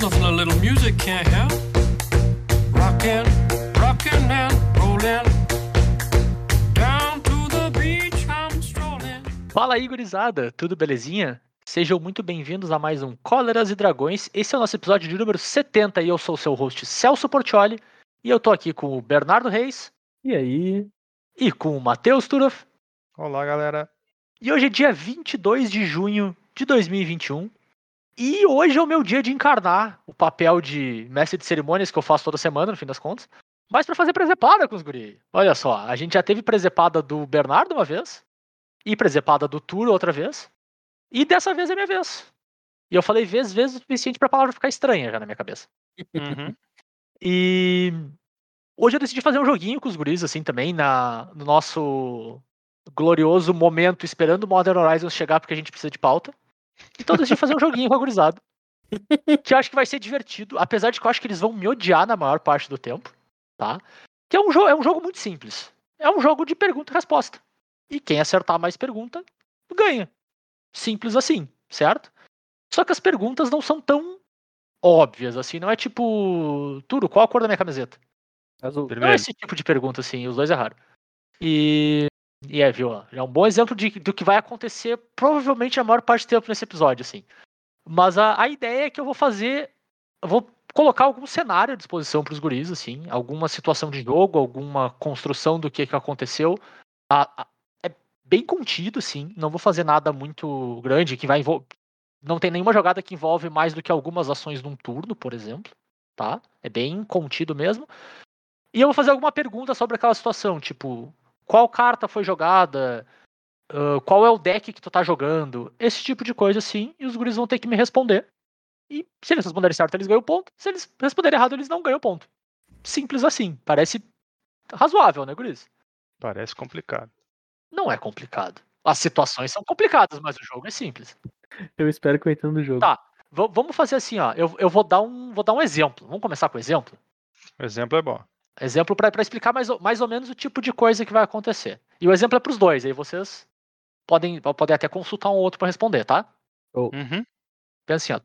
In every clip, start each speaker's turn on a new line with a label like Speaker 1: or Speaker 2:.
Speaker 1: Loving a little music can't help. Rockin', rockin' and rollin'. Down to the beach I'm strolling.
Speaker 2: Hum.
Speaker 3: Fala aí, gurizada, tudo belezinha? Sejam muito bem-vindos a mais um Cóleras e Dragões. Esse é o nosso episódio de número 70 e eu sou o seu host Celso Portioli. E eu tô aqui com o Bernardo Reis
Speaker 2: E aí?
Speaker 3: e com o Matheus Turov.
Speaker 2: Olá, galera.
Speaker 3: E hoje é dia 22 de junho de 2021. E hoje é o meu dia de encarnar o papel de mestre de cerimônias que eu faço toda semana, no fim das contas. Mas pra fazer presepada com os guri. Olha só, a gente já teve presepada do Bernardo uma vez. E presepada do Turo outra vez. E dessa vez é minha vez. E eu falei vez, vezes o suficiente pra palavra ficar estranha já na minha cabeça.
Speaker 2: Uhum.
Speaker 3: E hoje eu decidi fazer um joguinho com os guris, assim, também, na, no nosso glorioso momento, esperando o Modern Horizons chegar, porque a gente precisa de pauta. Então eu decidi fazer um joguinho com a gurizada, que eu acho que vai ser divertido, apesar de que eu acho que eles vão me odiar na maior parte do tempo, tá? Que é um, jo é um jogo muito simples. É um jogo de pergunta e resposta. E quem acertar mais pergunta, ganha. Simples assim, certo? Só que as perguntas não são tão óbvias, assim, não é tipo, Turo, qual a cor da minha camiseta?
Speaker 2: Azul.
Speaker 3: Não é esse tipo de pergunta, assim, os dois erraram. E, e é, viu? ó, É um bom exemplo de, do que vai acontecer provavelmente a maior parte do tempo nesse episódio, assim. Mas a, a ideia é que eu vou fazer. Eu vou colocar algum cenário à disposição para os guris, assim, alguma situação de jogo, alguma construção do que, que aconteceu. A- a- é bem contido, assim. Não vou fazer nada muito grande que vai envolver. Não tem nenhuma jogada que envolve mais do que algumas ações num turno, por exemplo. Tá? É bem contido mesmo. E eu vou fazer alguma pergunta sobre aquela situação, tipo, qual carta foi jogada, Ah, qual é o deck que tu tá jogando, esse tipo de coisa assim, e os guris vão ter que me responder. E se eles responderem certo, eles ganham ponto, se eles responderem errado, eles não ganham ponto. Simples assim, parece razoável, né, guris?
Speaker 2: Parece complicado.
Speaker 3: Não é complicado. As situações são complicadas, mas o jogo é simples.
Speaker 4: Eu espero que eu entenda o jogo.
Speaker 3: Tá. V- vamos fazer assim, ó, eu, eu vou, dar um, vou dar um exemplo, vamos começar com exemplo?
Speaker 2: O exemplo é bom.
Speaker 3: Exemplo para explicar mais, ou- mais ou menos o tipo de coisa que vai acontecer. E o exemplo é para os dois, aí vocês podem, po- podem até consultar um outro para responder, tá?
Speaker 2: Uhum.
Speaker 3: Pensa assim, ó.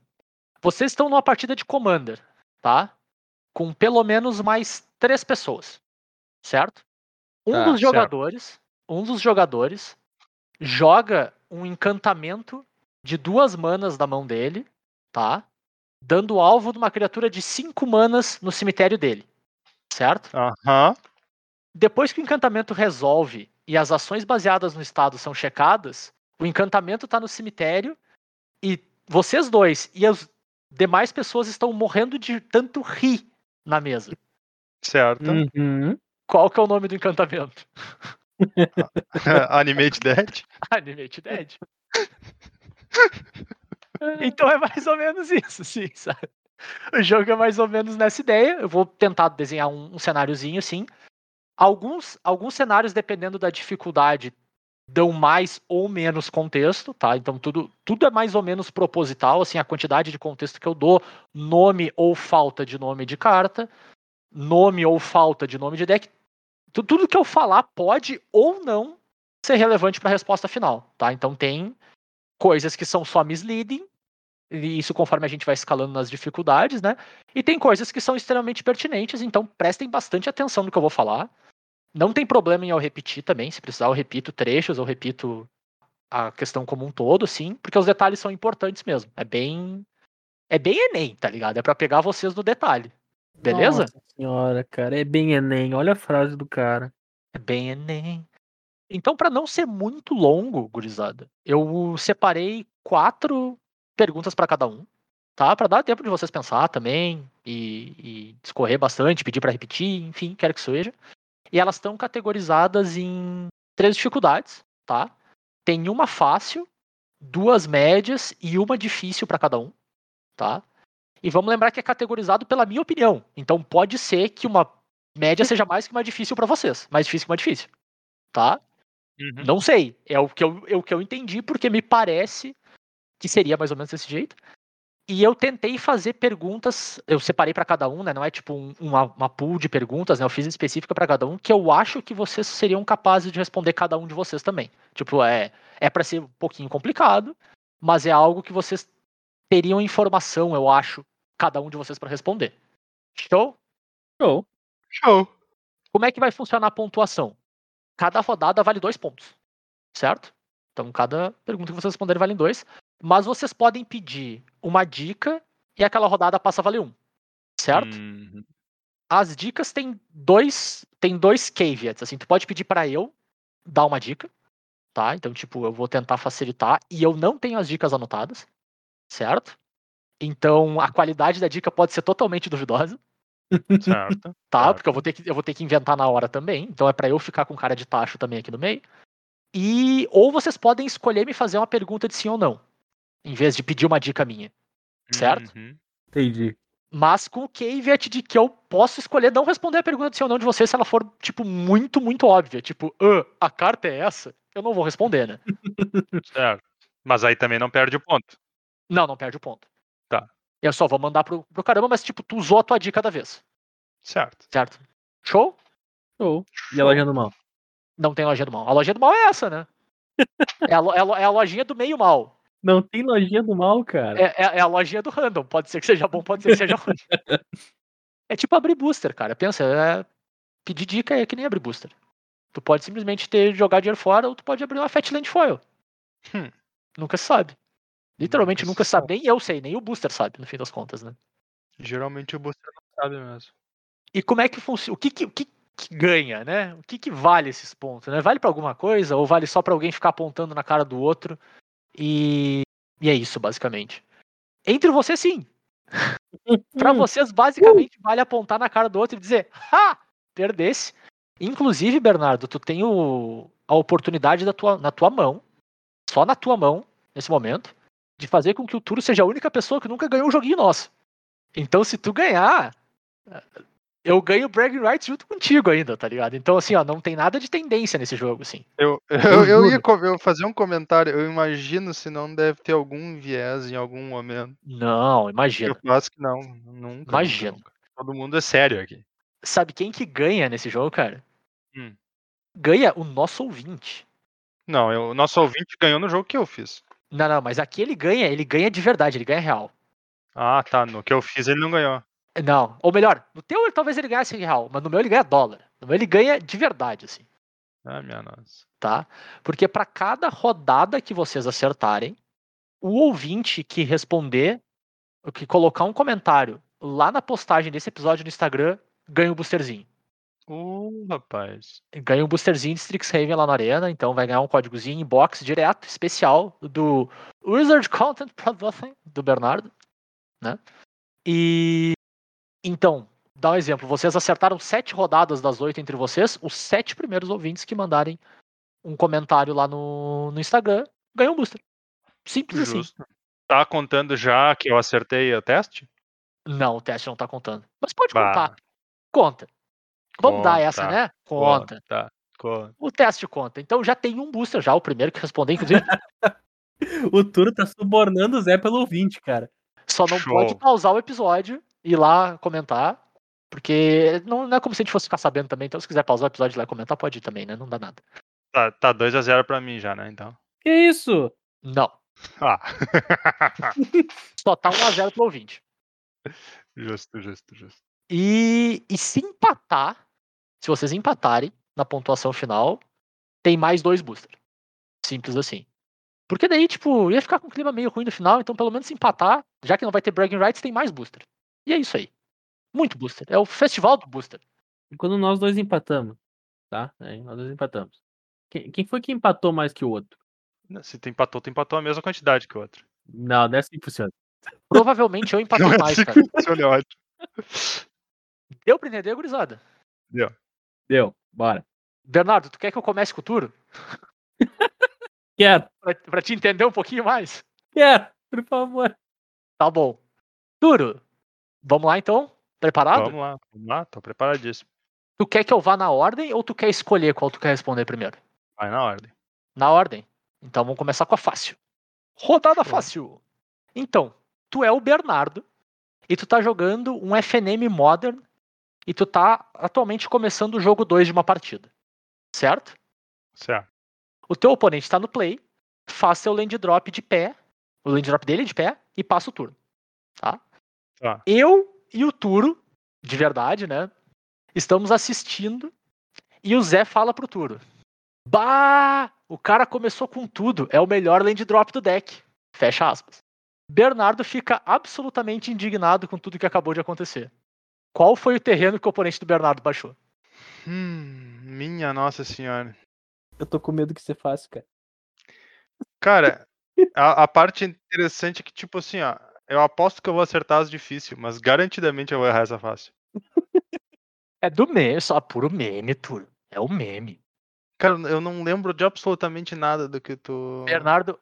Speaker 3: Vocês estão numa partida de Commander, tá? Com pelo menos mais três pessoas, certo? Um
Speaker 2: Tá,
Speaker 3: dos
Speaker 2: certo.
Speaker 3: jogadores, um dos jogadores joga um encantamento de duas manas da mão dele, tá? Dando alvo de uma criatura de cinco manas no cemitério dele, certo?
Speaker 2: Aham.
Speaker 3: Depois que o encantamento resolve e as ações baseadas no estado são checadas, o encantamento tá no cemitério e vocês dois e as demais pessoas estão morrendo de tanto rir na mesa.
Speaker 2: Certo.
Speaker 4: Uhum.
Speaker 3: Qual que é o nome do encantamento?
Speaker 2: Animate Dead.
Speaker 3: Animate Dead. então é mais ou menos isso, sim, sabe? O jogo é mais ou menos nessa ideia. Eu vou tentar desenhar um, um cenáriozinho, sim. Alguns, alguns cenários, dependendo da dificuldade, dão mais ou menos contexto, tá? Então tudo, tudo é mais ou menos proposital, assim, a quantidade de contexto que eu dou, nome ou falta de nome de carta, nome ou falta de nome de deck. Tu- Tudo que eu falar pode ou não ser relevante para a resposta final, tá? Então tem coisas que são só misleading, e isso conforme a gente vai escalando nas dificuldades, né? E tem coisas que são extremamente pertinentes, então prestem bastante atenção no que eu vou falar. Não tem problema em eu repetir também, se precisar eu repito trechos, eu repito a questão como um todo, assim, porque os detalhes são importantes mesmo. É bem é bem ENEM, tá ligado? É para pegar vocês no detalhe. Beleza?
Speaker 4: Nossa senhora, cara, é bem Enem. Olha a frase do cara.
Speaker 3: É bem Enem. Então, para não ser muito longo, gurizada, eu separei quatro perguntas para cada um, tá? Para dar tempo de vocês pensar também e, e discorrer bastante, pedir para repetir, enfim, quer que seja. E elas estão categorizadas em três dificuldades, tá? Tem uma fácil, duas médias e uma difícil para cada um, tá? E vamos lembrar que é categorizado pela minha opinião. Então pode ser que uma média seja mais que uma difícil pra vocês. Mais difícil que uma difícil. Tá?
Speaker 2: Uhum.
Speaker 3: Não sei. É o, que eu, é o que eu entendi, porque me parece que seria mais ou menos desse jeito. E eu tentei fazer perguntas, eu separei pra cada um, né? Não é tipo um- uma, uma pool de perguntas, né? Eu fiz específica pra cada um, que eu acho que vocês seriam capazes de responder cada um de vocês também. Tipo, é, é para ser um pouquinho complicado, mas é algo que vocês teriam informação, eu acho, cada um de vocês para responder. Show?
Speaker 4: Show.
Speaker 2: um Show.
Speaker 3: Como é que vai funcionar a pontuação? Cada rodada vale dois pontos, certo? Então, cada pergunta que vocês responderem vale dois. Mas vocês podem pedir uma dica e aquela rodada passa a valer um, certo?
Speaker 2: Uhum.
Speaker 3: as dicas têm dois tem dois caveats, assim, tu pode pedir pra eu dar uma dica, tá? Então, tipo, eu vou tentar facilitar e eu não tenho as dicas anotadas, certo? Então, a qualidade da dica pode ser totalmente duvidosa,
Speaker 2: Certo.
Speaker 3: tá?
Speaker 2: Certo.
Speaker 3: Porque eu vou ter que eu vou ter que inventar na hora também, então é pra eu ficar com cara de tacho também aqui no meio. E ou vocês podem escolher me fazer uma pergunta de sim ou não, em vez de pedir uma dica minha. Certo?
Speaker 2: Uhum.
Speaker 4: Entendi.
Speaker 3: mas com o caveat de que eu posso escolher não responder a pergunta de sim ou não de você se ela for, tipo, muito, muito óbvia. Tipo, "Ah, a carta é essa? Eu não vou responder, né?
Speaker 2: Certo. Mas aí também não perde o ponto.
Speaker 3: Não, não perde o ponto.
Speaker 2: Tá.
Speaker 3: Eu só vou mandar pro, pro caramba, mas, tipo, tu usou a tua dica da vez,
Speaker 2: Certo.
Speaker 3: certo? Show?
Speaker 4: Show. E a lojinha do mal?
Speaker 3: Não tem lojinha do mal. A lojinha do mal é essa, né? É a, lo- é a lo- é a lojinha do meio mal.
Speaker 4: Não tem lojinha do mal, cara.
Speaker 3: É, é- é a lojinha do random. Pode ser que seja bom, pode ser que seja ruim. É tipo abrir booster, cara. Pensa, é- pedir dica é que nem abrir booster. Tu pode simplesmente ter jogar dinheiro fora ou tu pode abrir uma Fatland Foil.
Speaker 2: Hum.
Speaker 3: Nunca se sabe. Literalmente
Speaker 2: Nunca se
Speaker 3: nunca se sabe. Nem eu sei, nem o booster sabe, no fim das contas, né?
Speaker 2: Geralmente o booster não sabe mesmo.
Speaker 3: E como é que funciona? O que que, o que que ganha, né? O que que vale esses pontos, né? Vale pra alguma coisa ou vale só pra alguém ficar apontando na cara do outro? E, e é isso, basicamente. Entre vocês, sim. Pra
Speaker 4: Hum.
Speaker 3: vocês, basicamente, vale apontar na cara do outro e dizer, ha! Perdesse. Inclusive, Bernardo, tu tem o, a oportunidade da tua, na tua mão, só na tua mão, nesse momento, de fazer com que o Turo seja a única pessoa que nunca ganhou um joguinho nosso. Então, se tu ganhar, eu ganho o bragging rights junto contigo ainda, tá ligado? Então, assim, ó, não tem nada de tendência nesse jogo, assim.
Speaker 2: Eu, eu, eu ia
Speaker 4: juro.
Speaker 2: co- eu fazer um comentário. Eu imagino se não deve ter algum viés em algum momento.
Speaker 3: Não, imagina.
Speaker 2: Eu faço que não. Nunca.
Speaker 3: Imagino.
Speaker 2: nunca, nunca. Todo mundo é sério aqui.
Speaker 3: Sabe quem que ganha nesse jogo, cara?
Speaker 2: Hum.
Speaker 3: Ganha o nosso ouvinte.
Speaker 2: Não, eu- o nosso ouvinte ganhou no jogo que eu fiz.
Speaker 3: Não, não, mas aqui ele ganha, ele ganha de verdade, ele ganha real.
Speaker 2: Ah, tá. No que eu fiz ele não ganhou.
Speaker 3: Não, ou melhor, no teu ele- talvez ele ganhasse real, mas no meu ele ganha dólar. No meu ele ganha de verdade, assim,
Speaker 2: Ah, minha nossa.
Speaker 3: tá? Porque para cada rodada que vocês acertarem, o ouvinte que responder, o que colocar um comentário lá na postagem desse episódio no Instagram, ganha um boosterzinho.
Speaker 2: Ô, Uh, rapaz.
Speaker 3: Ganha um boosterzinho de Strixhaven lá na Arena, então vai ganhar um códigozinho inbox direto, especial, do Wizard Content Production, do Bernardo, né? E então, dá um exemplo, vocês acertaram sete rodadas das oito entre vocês, os sete primeiros ouvintes que mandarem um comentário lá no, no Instagram ganham um booster. Simples assim.
Speaker 2: Justo. Tá contando já que eu acertei o teste?
Speaker 3: Não, o teste não tá contando. Mas pode
Speaker 2: Bah.
Speaker 3: contar. Conta. Vamos dar essa,
Speaker 2: Conta.
Speaker 3: né? Conta.
Speaker 2: Tá. Conta.
Speaker 3: O teste conta. Então já tem um booster já, o primeiro que responder, inclusive.
Speaker 4: O Turo tá subornando o Zé pelo ouvinte, cara.
Speaker 3: Só não
Speaker 2: Show.
Speaker 3: pode pausar o episódio e ir lá comentar. Porque não, não é como se a gente fosse ficar sabendo também. Então, se quiser pausar o episódio e ir lá comentar, pode ir também, né? Não dá nada.
Speaker 2: Tá, tá 2x0 pra mim já, né? Então.
Speaker 4: Que isso?
Speaker 3: Não.
Speaker 2: Ah.
Speaker 3: Só tá 1x0 pro ouvinte.
Speaker 2: justo, justo, justo.
Speaker 3: E, e se empatar, se vocês empatarem na pontuação final, tem mais dois boosters. Simples assim. Porque daí, tipo, ia ficar com um clima meio ruim no final, então pelo menos se empatar, já que não vai ter bragging rights, tem mais booster. E é isso aí. Muito booster. É o festival do booster.
Speaker 4: E quando nós dois empatamos, tá? Aí nós dois empatamos. Quem, quem foi que empatou mais que o outro?
Speaker 2: Se tu empatou, tu empatou a mesma quantidade que o outro.
Speaker 4: Não, não é assim que funciona.
Speaker 3: Provavelmente eu empatei
Speaker 2: Não é
Speaker 3: mais,
Speaker 2: assim
Speaker 3: cara.
Speaker 2: Isso é ótimo.
Speaker 3: Deu pra entender, gurizada?
Speaker 4: Deu, bora.
Speaker 3: Bernardo, tu quer que eu comece com o Turo?
Speaker 4: Quero,
Speaker 3: Pra, pra te entender um pouquinho mais?
Speaker 4: quero, por favor.
Speaker 3: Tá bom. Turo, vamos lá então? Preparado?
Speaker 2: Vamos lá, vamos lá, tô preparadíssimo.
Speaker 3: Tu quer que eu vá na ordem ou tu quer escolher qual tu quer responder primeiro?
Speaker 2: Vai na ordem.
Speaker 3: Na ordem. Então vamos começar com a fácil. Rodada
Speaker 2: Show.
Speaker 3: fácil. Então, tu é o Bernardo e tu tá jogando um FNM Modern e tu tá atualmente começando o jogo 2 de uma partida. Certo?
Speaker 2: Certo.
Speaker 3: O teu oponente está no play, é faz seu land drop de pé, o land drop dele de pé, e passa o turno. Tá?
Speaker 2: Tá.
Speaker 3: Eu e o Turo, de verdade, né? Estamos assistindo e o Zé fala pro Turo: Bah! O cara começou com tudo, é o melhor land drop do deck. Fecha aspas. Bernardo fica absolutamente indignado com tudo que acabou de acontecer. Qual foi o terreno que o oponente do Bernardo baixou?
Speaker 2: Hum, minha nossa senhora.
Speaker 4: Eu tô com medo que você faça, cara.
Speaker 2: Cara, a, a parte interessante é que, tipo assim, ó, eu aposto que eu vou acertar as difíceis, mas garantidamente eu vou errar essa fácil.
Speaker 3: É do meme, só puro meme, Turo. É o meme.
Speaker 2: Cara, eu não lembro de absolutamente nada do que tu.
Speaker 3: Bernardo,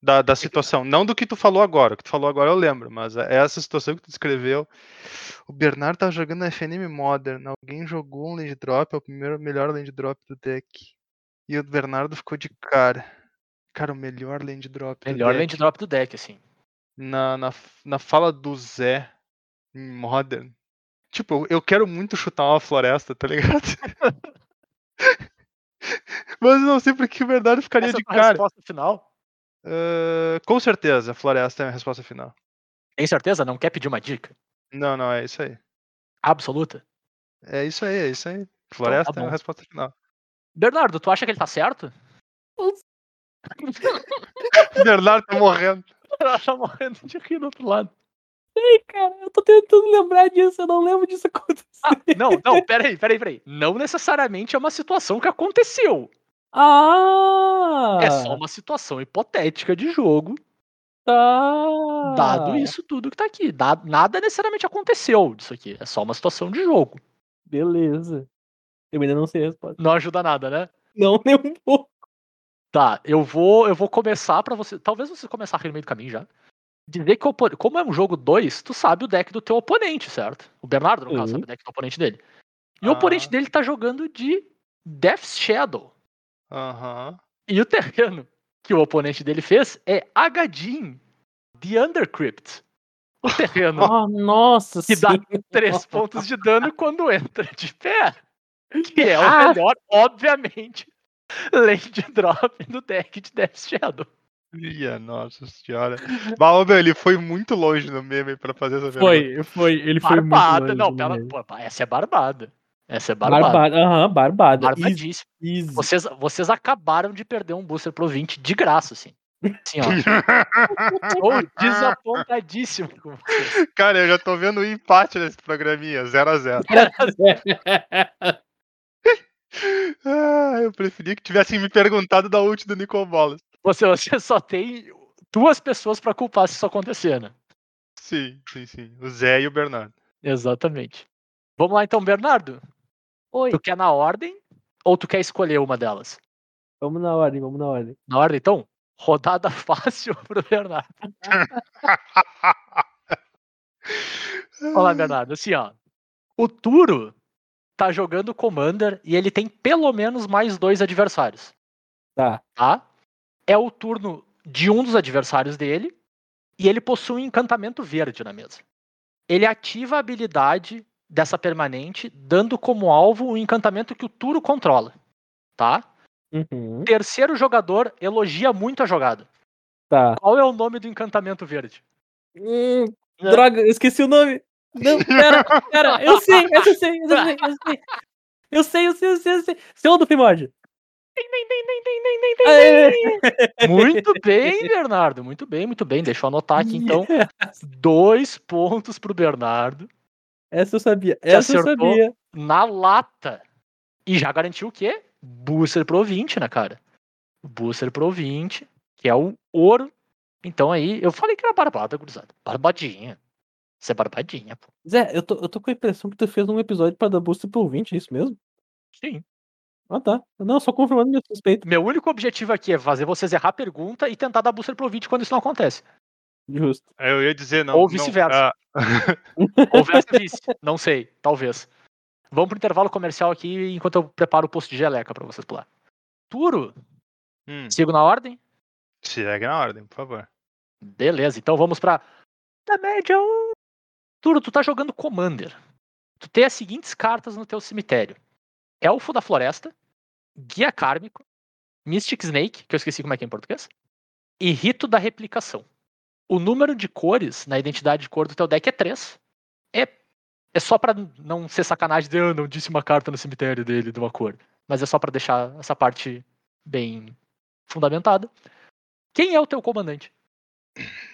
Speaker 2: Da, da situação. Não do que tu falou agora. O que tu falou agora eu lembro, mas é essa situação que tu descreveu. O Bernardo tava jogando na FNM Modern. Alguém jogou um land drop, é o primeiro melhor land drop do deck. E o Bernardo ficou de cara. Cara, o melhor land drop
Speaker 3: melhor
Speaker 2: do deck.
Speaker 3: land drop do deck, assim.
Speaker 2: na, na, na fala do Zé em Modern. Tipo, eu- eu quero muito chutar uma floresta, tá ligado? Mas eu não sei por que o Bernardo ficaria
Speaker 3: Essa
Speaker 2: de
Speaker 3: é a
Speaker 2: cara.
Speaker 3: resposta final?
Speaker 2: Ah, com certeza, floresta é a resposta final.
Speaker 3: Tem certeza? Não quer pedir uma dica?
Speaker 2: Não, não, é isso aí.
Speaker 3: Absoluta?
Speaker 2: É isso aí, é isso aí. Floresta é
Speaker 3: Então, tá bom.
Speaker 2: a resposta final.
Speaker 3: Bernardo, tu acha que ele tá certo?
Speaker 2: Bernardo tá morrendo.
Speaker 3: Ela tá morrendo de rir do outro lado.
Speaker 4: Cara, eu tô tentando lembrar disso, eu não lembro disso acontecer.
Speaker 3: Não, não, peraí, peraí, peraí. Não necessariamente é uma situação que aconteceu.
Speaker 4: Ah!
Speaker 3: É só uma situação hipotética de jogo,
Speaker 4: Tá.
Speaker 3: dado isso tudo que tá aqui. Da- Nada necessariamente aconteceu disso aqui. É só uma situação de jogo.
Speaker 4: Beleza. Eu ainda não sei a resposta.
Speaker 3: Não ajuda nada, né?
Speaker 4: Não, nem um pouco.
Speaker 3: Tá, eu vou, eu vou começar pra você. Talvez você começar a rir no meio do caminho já. Dizer que o opo- como é um jogo 2, tu sabe o deck do teu oponente, certo? O Bernardo, no caso,
Speaker 4: Uhum.
Speaker 3: sabe o deck do oponente dele. E o
Speaker 2: Ah.
Speaker 3: oponente dele tá jogando de Death Shadow.
Speaker 2: Aham.
Speaker 3: E o terreno que o oponente dele fez é Agadin, The Undercrypt. O terreno
Speaker 4: Ah, nossa
Speaker 3: Que dá
Speaker 4: senhora.
Speaker 3: três pontos de dano quando entra de pé. Que é o
Speaker 4: Ah.
Speaker 3: melhor, obviamente, land drop do deck de Death Shadow.
Speaker 2: Minha é nossa senhora. Bah, ô, meu, ele foi muito longe no meme pra fazer essa pergunta.
Speaker 4: Foi, foi. Ele foi muito
Speaker 3: Barbada.
Speaker 4: longe,
Speaker 3: Não,
Speaker 4: né?
Speaker 3: pera. Pô, pá, essa é barbada. Essa é barbada.
Speaker 4: Barbada. Aham, barbada. Easy,
Speaker 3: Barbadíssima.
Speaker 4: easy.
Speaker 3: Vocês, vocês acabaram de perder um booster pro 20 de graça, assim. Assim, ó. Estou desapontadíssimo com vocês.
Speaker 2: Cara, eu já tô vendo o empate nesse programinha, 0x0. Ah, eu preferia que tivessem me perguntado da ult do Nicobolas.
Speaker 3: Você, você só tem duas pessoas pra culpar se isso acontecer, né?
Speaker 2: Sim, sim, sim. O Zé e o Bernardo.
Speaker 3: Exatamente. Vamos lá então, Bernardo.
Speaker 4: Oi.
Speaker 3: Tu quer na ordem ou tu quer escolher uma delas?
Speaker 4: Vamos na ordem, vamos na ordem.
Speaker 3: Na ordem, então? Rodada fácil pro Bernardo. Olha lá, Bernardo. Assim, ó. O Turo tá jogando Commander e ele tem pelo menos mais dois adversários,
Speaker 4: Tá.
Speaker 3: tá? É o turno de um dos adversários dele e ele possui um encantamento verde na mesa. Ele ativa a habilidade dessa permanente, dando como alvo o encantamento que o Turo controla, tá?
Speaker 4: Uhum.
Speaker 3: Terceiro jogador elogia muito a jogada.
Speaker 4: Tá.
Speaker 3: Qual é o nome do encantamento verde?
Speaker 4: Hum, droga, eu esqueci o nome. Não, pera, pera. Eu sei, essa eu sei, essa eu sei, essa eu sei. Eu sei, eu sei, eu sei, eu sei. Seu do primórdio. Aê!
Speaker 3: Muito bem, Bernardo. Muito bem, muito bem. Deixa eu anotar aqui então.
Speaker 4: É,
Speaker 3: Dois pontos pro Bernardo.
Speaker 4: Essa eu sabia, essa eu
Speaker 3: acertou?
Speaker 4: sabia.
Speaker 3: Na lata. E já garantiu o quê? Booster pro 20, né, cara? Booster pro 20, que é o ouro. Então aí, eu falei que era barbada, gurizada. Barbadinha. Isso é barbadinha, pô.
Speaker 4: Zé, eu tô, eu tô com a impressão que tu fez um episódio pra dar boost pro ouvinte, é isso mesmo?
Speaker 3: Sim.
Speaker 4: Ah, tá. Não, só confirmando minha suspeita.
Speaker 3: Meu único objetivo aqui é fazer vocês errar a pergunta e tentar dar booster pro 20 quando isso não acontece.
Speaker 4: Justo.
Speaker 2: Eu ia dizer, não.
Speaker 3: Ou
Speaker 2: não,
Speaker 3: vice-versa.
Speaker 2: ah,
Speaker 3: Ou vice, não sei, talvez. Vamos pro intervalo comercial aqui enquanto eu preparo o posto de geleca pra vocês pular. Turo,
Speaker 2: hum,
Speaker 3: sigo na ordem?
Speaker 2: segue na ordem, por favor.
Speaker 3: Beleza, então vamos pra. Da média 1. Turo, tu tá jogando Commander. Tu tem as seguintes cartas no teu cemitério: Elfo da Floresta, Guia Kármico, Mystic Snake, que eu esqueci como é que é em português, e Rito da Replicação. O número de cores na identidade de cor do teu deck é 3. É, é só pra não ser sacanagem de eu não disse uma carta no cemitério dele de uma cor. Mas é só pra deixar essa parte bem fundamentada. Quem é o teu comandante?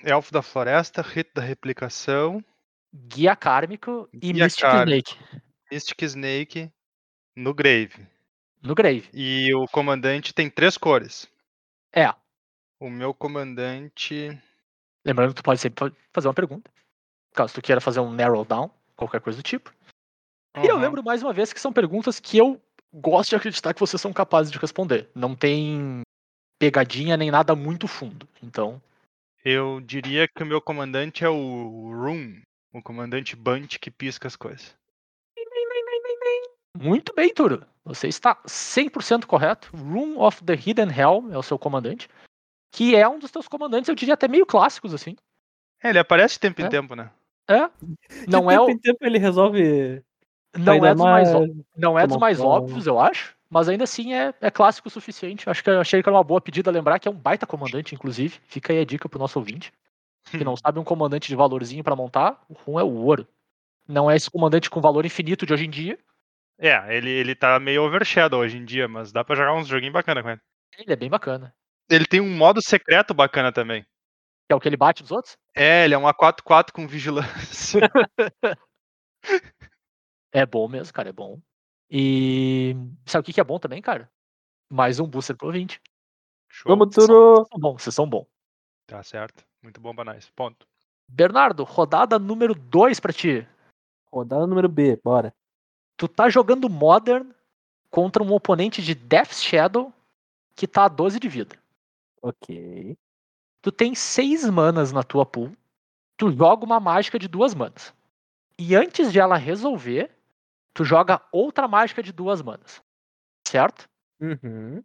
Speaker 2: Elfo da Floresta, Rito da Replicação,
Speaker 3: Guia Kármico e
Speaker 2: Guia
Speaker 3: Mystic
Speaker 2: Kármico.
Speaker 3: Snake.
Speaker 2: Mystic Snake no Grave.
Speaker 3: No Grave.
Speaker 2: E o comandante tem três cores.
Speaker 3: É.
Speaker 2: O meu comandante.
Speaker 3: Lembrando que tu pode sempre fazer uma pergunta. Caso tu queira fazer um narrow down, qualquer coisa do tipo. E eu
Speaker 2: Aham.
Speaker 3: lembro mais uma vez que são perguntas que eu gosto de acreditar que vocês são capazes de responder. Não tem pegadinha nem nada muito fundo. Então,
Speaker 2: Eu diria que o meu comandante é o Room. O comandante Bunt que pisca as coisas.
Speaker 3: muito bem, Turo. Você está 100% correto. Room of the Hidden Helm é o seu comandante. Que é um dos teus comandantes, eu diria até meio clássicos, assim.
Speaker 2: É, ele aparece de tempo
Speaker 3: É.
Speaker 2: em tempo, né?
Speaker 3: É? Não
Speaker 4: de
Speaker 3: é,
Speaker 4: tempo
Speaker 3: o,
Speaker 4: em tempo ele resolve.
Speaker 3: não
Speaker 4: ainda
Speaker 3: é dos mais, ó- não é dos
Speaker 4: tomar
Speaker 3: mais
Speaker 4: conta.
Speaker 3: óbvios, eu acho. Mas ainda assim é, é clássico o suficiente. Acho que eu achei que era uma boa pedida lembrar que é um baita comandante, inclusive. Fica aí a dica pro nosso ouvinte. que não sabe um comandante de valorzinho pra montar, o rum é o ouro. Não é esse comandante com valor infinito de hoje em dia.
Speaker 2: É, ele, ele tá meio overshadow hoje em dia, mas dá pra jogar uns joguinhos bacana com ele.
Speaker 3: Ele é bem bacana.
Speaker 2: Ele tem um modo secreto bacana também.
Speaker 3: Que é o que ele bate nos outros?
Speaker 2: É, ele é um A4-4 com vigilância.
Speaker 3: É bom mesmo, cara, é bom. E sabe o que que é bom também, cara? Mais um booster pro 20.
Speaker 2: Show.
Speaker 4: Vamos, Turo!
Speaker 3: Vocês são bons, vocês são bons.
Speaker 2: Tá certo. Muito bom pra nós. Ponto.
Speaker 3: Bernardo, rodada número 2 pra ti.
Speaker 4: Rodada número B, bora.
Speaker 3: Tu tá jogando Modern contra um oponente de Death Shadow que tá a 12 de vida.
Speaker 4: Ok.
Speaker 3: Tu tem seis manas na tua pool. Tu joga uma mágica de duas manas. E antes de ela resolver, tu joga outra mágica de duas manas. Certo?
Speaker 4: Uhum.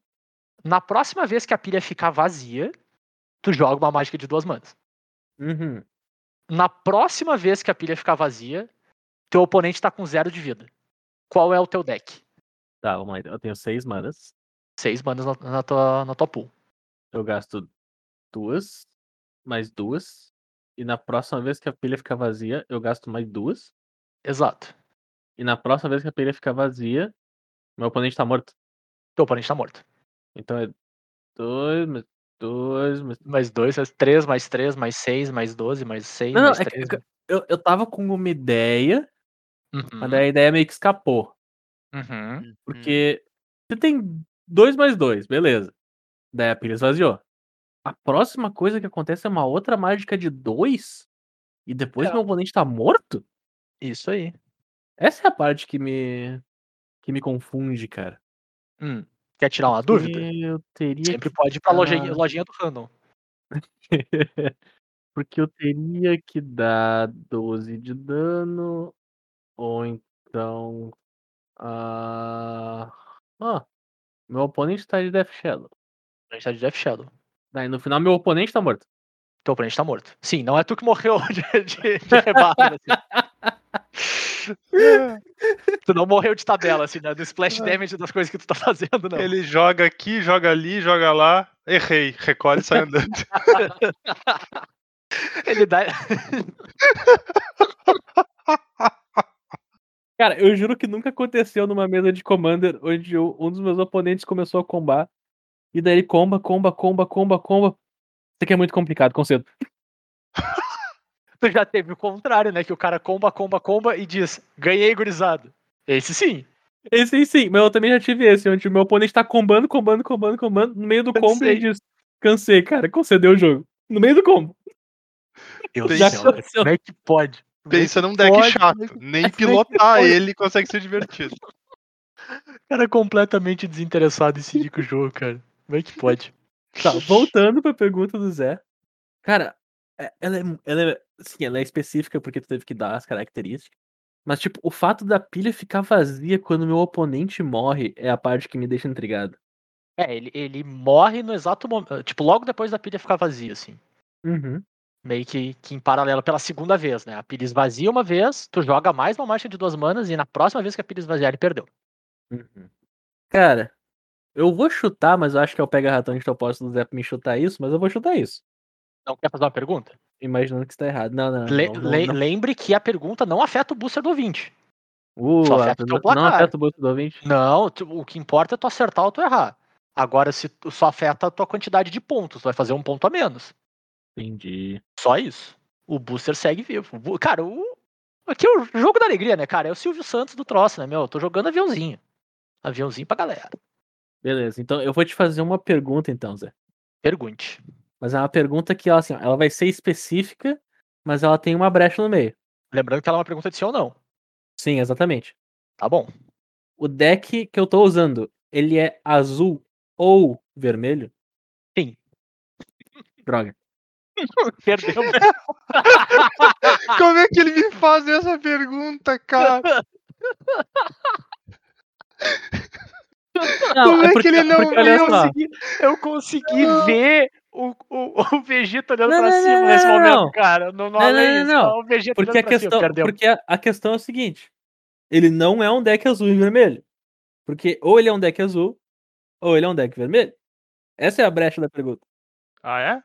Speaker 3: Na próxima vez que a pilha ficar vazia, tu joga uma mágica de duas manas.
Speaker 4: Uhum.
Speaker 3: Na próxima vez que a pilha ficar vazia, teu oponente tá com zero de vida. Qual é o teu deck?
Speaker 4: Tá, vamos lá. então. Eu tenho seis manas.
Speaker 3: Seis manas na, na tua, na tua pool.
Speaker 4: Eu gasto duas, mais duas. E na próxima vez que a pilha ficar vazia, eu gasto mais duas.
Speaker 3: Exato.
Speaker 4: E na próxima vez que a pilha ficar vazia, meu oponente tá morto.
Speaker 3: Teu oponente tá morto.
Speaker 4: Então é dois, mais dois, mais.
Speaker 3: Mais dois, mais três, mais três, mais seis, mais doze, mais seis,
Speaker 4: Não, não,
Speaker 3: mais
Speaker 4: é que
Speaker 3: três.
Speaker 4: eu, eu tava com uma ideia,
Speaker 3: Uhum,
Speaker 4: mas daí a ideia meio que escapou.
Speaker 3: uhum.
Speaker 2: Hum.
Speaker 4: Porque você tem dois mais dois, beleza. Daí a pilha esvaziou. A próxima coisa que acontece é uma outra mágica de dois. E depois
Speaker 3: É.
Speaker 4: meu oponente tá morto?
Speaker 3: Isso aí.
Speaker 4: Essa é a parte que me. que me confunde, cara.
Speaker 3: Hum, Quer tirar uma dúvida?
Speaker 4: Eu teria
Speaker 3: Sempre pode ir
Speaker 4: tá
Speaker 3: pra lojinha,
Speaker 4: dar-
Speaker 3: lojinha do Random.
Speaker 4: Porque eu teria que dar 12 de dano, ou então. ah, Ah, meu oponente tá de Death Shadow.
Speaker 3: A gente tá de Death Shadow.
Speaker 4: Daí no final, meu oponente tá morto.
Speaker 3: Teu oponente tá morto. Sim, não é tu que morreu de, de, de rebarro, assim. Tu não morreu de tabela, assim, né? Do splash
Speaker 4: Ah.
Speaker 3: damage das coisas que tu tá fazendo, não.
Speaker 2: Ele joga aqui, joga ali, joga lá. Errei. Recolhe e sai andando.
Speaker 3: Ele dá.
Speaker 4: Cara, eu juro que nunca aconteceu numa mesa de Commander onde eu- um dos meus oponentes começou a combar. E daí ele comba, comba, comba, comba, comba. Isso aqui é muito complicado, concedo.
Speaker 3: Tu já teve o contrário, né? Que o cara comba, comba, comba e diz: ganhei, gurizado. Esse sim.
Speaker 4: Esse aí sim, mas eu também já tive esse, onde o meu oponente tá combando, combando, combando, combando, no meio do combo
Speaker 3: Cansei.
Speaker 4: ele diz, cansei, cara, concedeu o jogo. No meio do combo.
Speaker 3: Deus
Speaker 2: do
Speaker 4: Já
Speaker 2: céu,
Speaker 4: aconteceu.
Speaker 3: Como é que pode?
Speaker 2: Pensa num deck
Speaker 3: Pode,
Speaker 2: chato. Nem pilotar ele consegue ser divertido.
Speaker 3: O cara é completamente desinteressado em seguir com o jogo, cara. Como é que pode?
Speaker 4: Tá, voltando pra pergunta do Zé. Cara, é- ela é, mu- ela é, sim, ela é específica porque tu teve que dar as características. Mas, tipo, o fato da pilha ficar vazia quando meu oponente morre é a parte que me deixa intrigado.
Speaker 3: É, ele, ele morre no exato momento. Tipo, logo depois da pilha ficar vazia, assim.
Speaker 4: Uhum.
Speaker 3: Meio que, que em paralelo pela segunda vez, né? A pilha esvazia uma vez, tu joga mais uma marcha de duas manas e na próxima vez que a pilha esvaziar, ele perdeu. Uhum.
Speaker 4: Cara, eu vou chutar, mas eu acho que é o pega-ratão de propósito do Zé pra me chutar isso, mas eu vou chutar isso.
Speaker 3: Não quer fazer uma pergunta?
Speaker 4: imaginando que está errado. Não, não.
Speaker 3: Le-
Speaker 4: Ah, não, não,
Speaker 3: le-
Speaker 4: não.
Speaker 3: Lembre que a pergunta não afeta o booster do ouvinte.
Speaker 4: Uh,
Speaker 3: só afeta o
Speaker 4: não,
Speaker 3: teu placar.
Speaker 4: não afeta o bolso do ouvinte.
Speaker 3: Não, tu- o que importa é tu acertar ou tu errar. Agora, se tu só afeta a tua quantidade de pontos, tu vai fazer um ponto a menos.
Speaker 4: Entendi.
Speaker 3: Só isso. O booster segue vivo. O bu- Cara, o. Aqui é o jogo da alegria, né, cara? É o Silvio Santos do troço, né, meu? Eu tô jogando aviãozinho. Aviãozinho pra galera.
Speaker 4: Beleza, então eu vou te fazer uma pergunta então, Zé.
Speaker 3: Pergunte.
Speaker 4: Mas é uma pergunta que ela, assim, ó, ela vai ser específica, mas ela tem uma brecha no meio.
Speaker 3: Lembrando que ela é uma pergunta de sim ou não.
Speaker 4: Sim, exatamente.
Speaker 3: Tá bom.
Speaker 4: O deck que eu tô usando, ele é azul ou vermelho?
Speaker 3: Sim.
Speaker 4: Droga.
Speaker 3: Perdeu.
Speaker 2: Como é que ele me faz essa pergunta, cara? Como é que ele não
Speaker 4: porque, olha
Speaker 2: viu?
Speaker 4: só.
Speaker 3: Eu consegui ver o, o, o Vegeta olhando
Speaker 4: Não,
Speaker 3: pra
Speaker 4: não,
Speaker 3: cima
Speaker 4: não,
Speaker 3: nesse
Speaker 4: não,
Speaker 3: momento,
Speaker 4: não.
Speaker 3: cara. Não,
Speaker 4: Não,
Speaker 3: não, olha
Speaker 4: não,
Speaker 3: isso,
Speaker 4: não,
Speaker 3: ó, O Vegeta
Speaker 4: Porque, a
Speaker 3: olhando pra cima,
Speaker 4: questão,
Speaker 3: perdeu.
Speaker 4: porque a, a questão é o seguinte: ele não é um deck azul e vermelho. Porque ou ele é um deck azul, ou ele é um deck vermelho. Essa é a brecha da pergunta.
Speaker 2: Ah, é?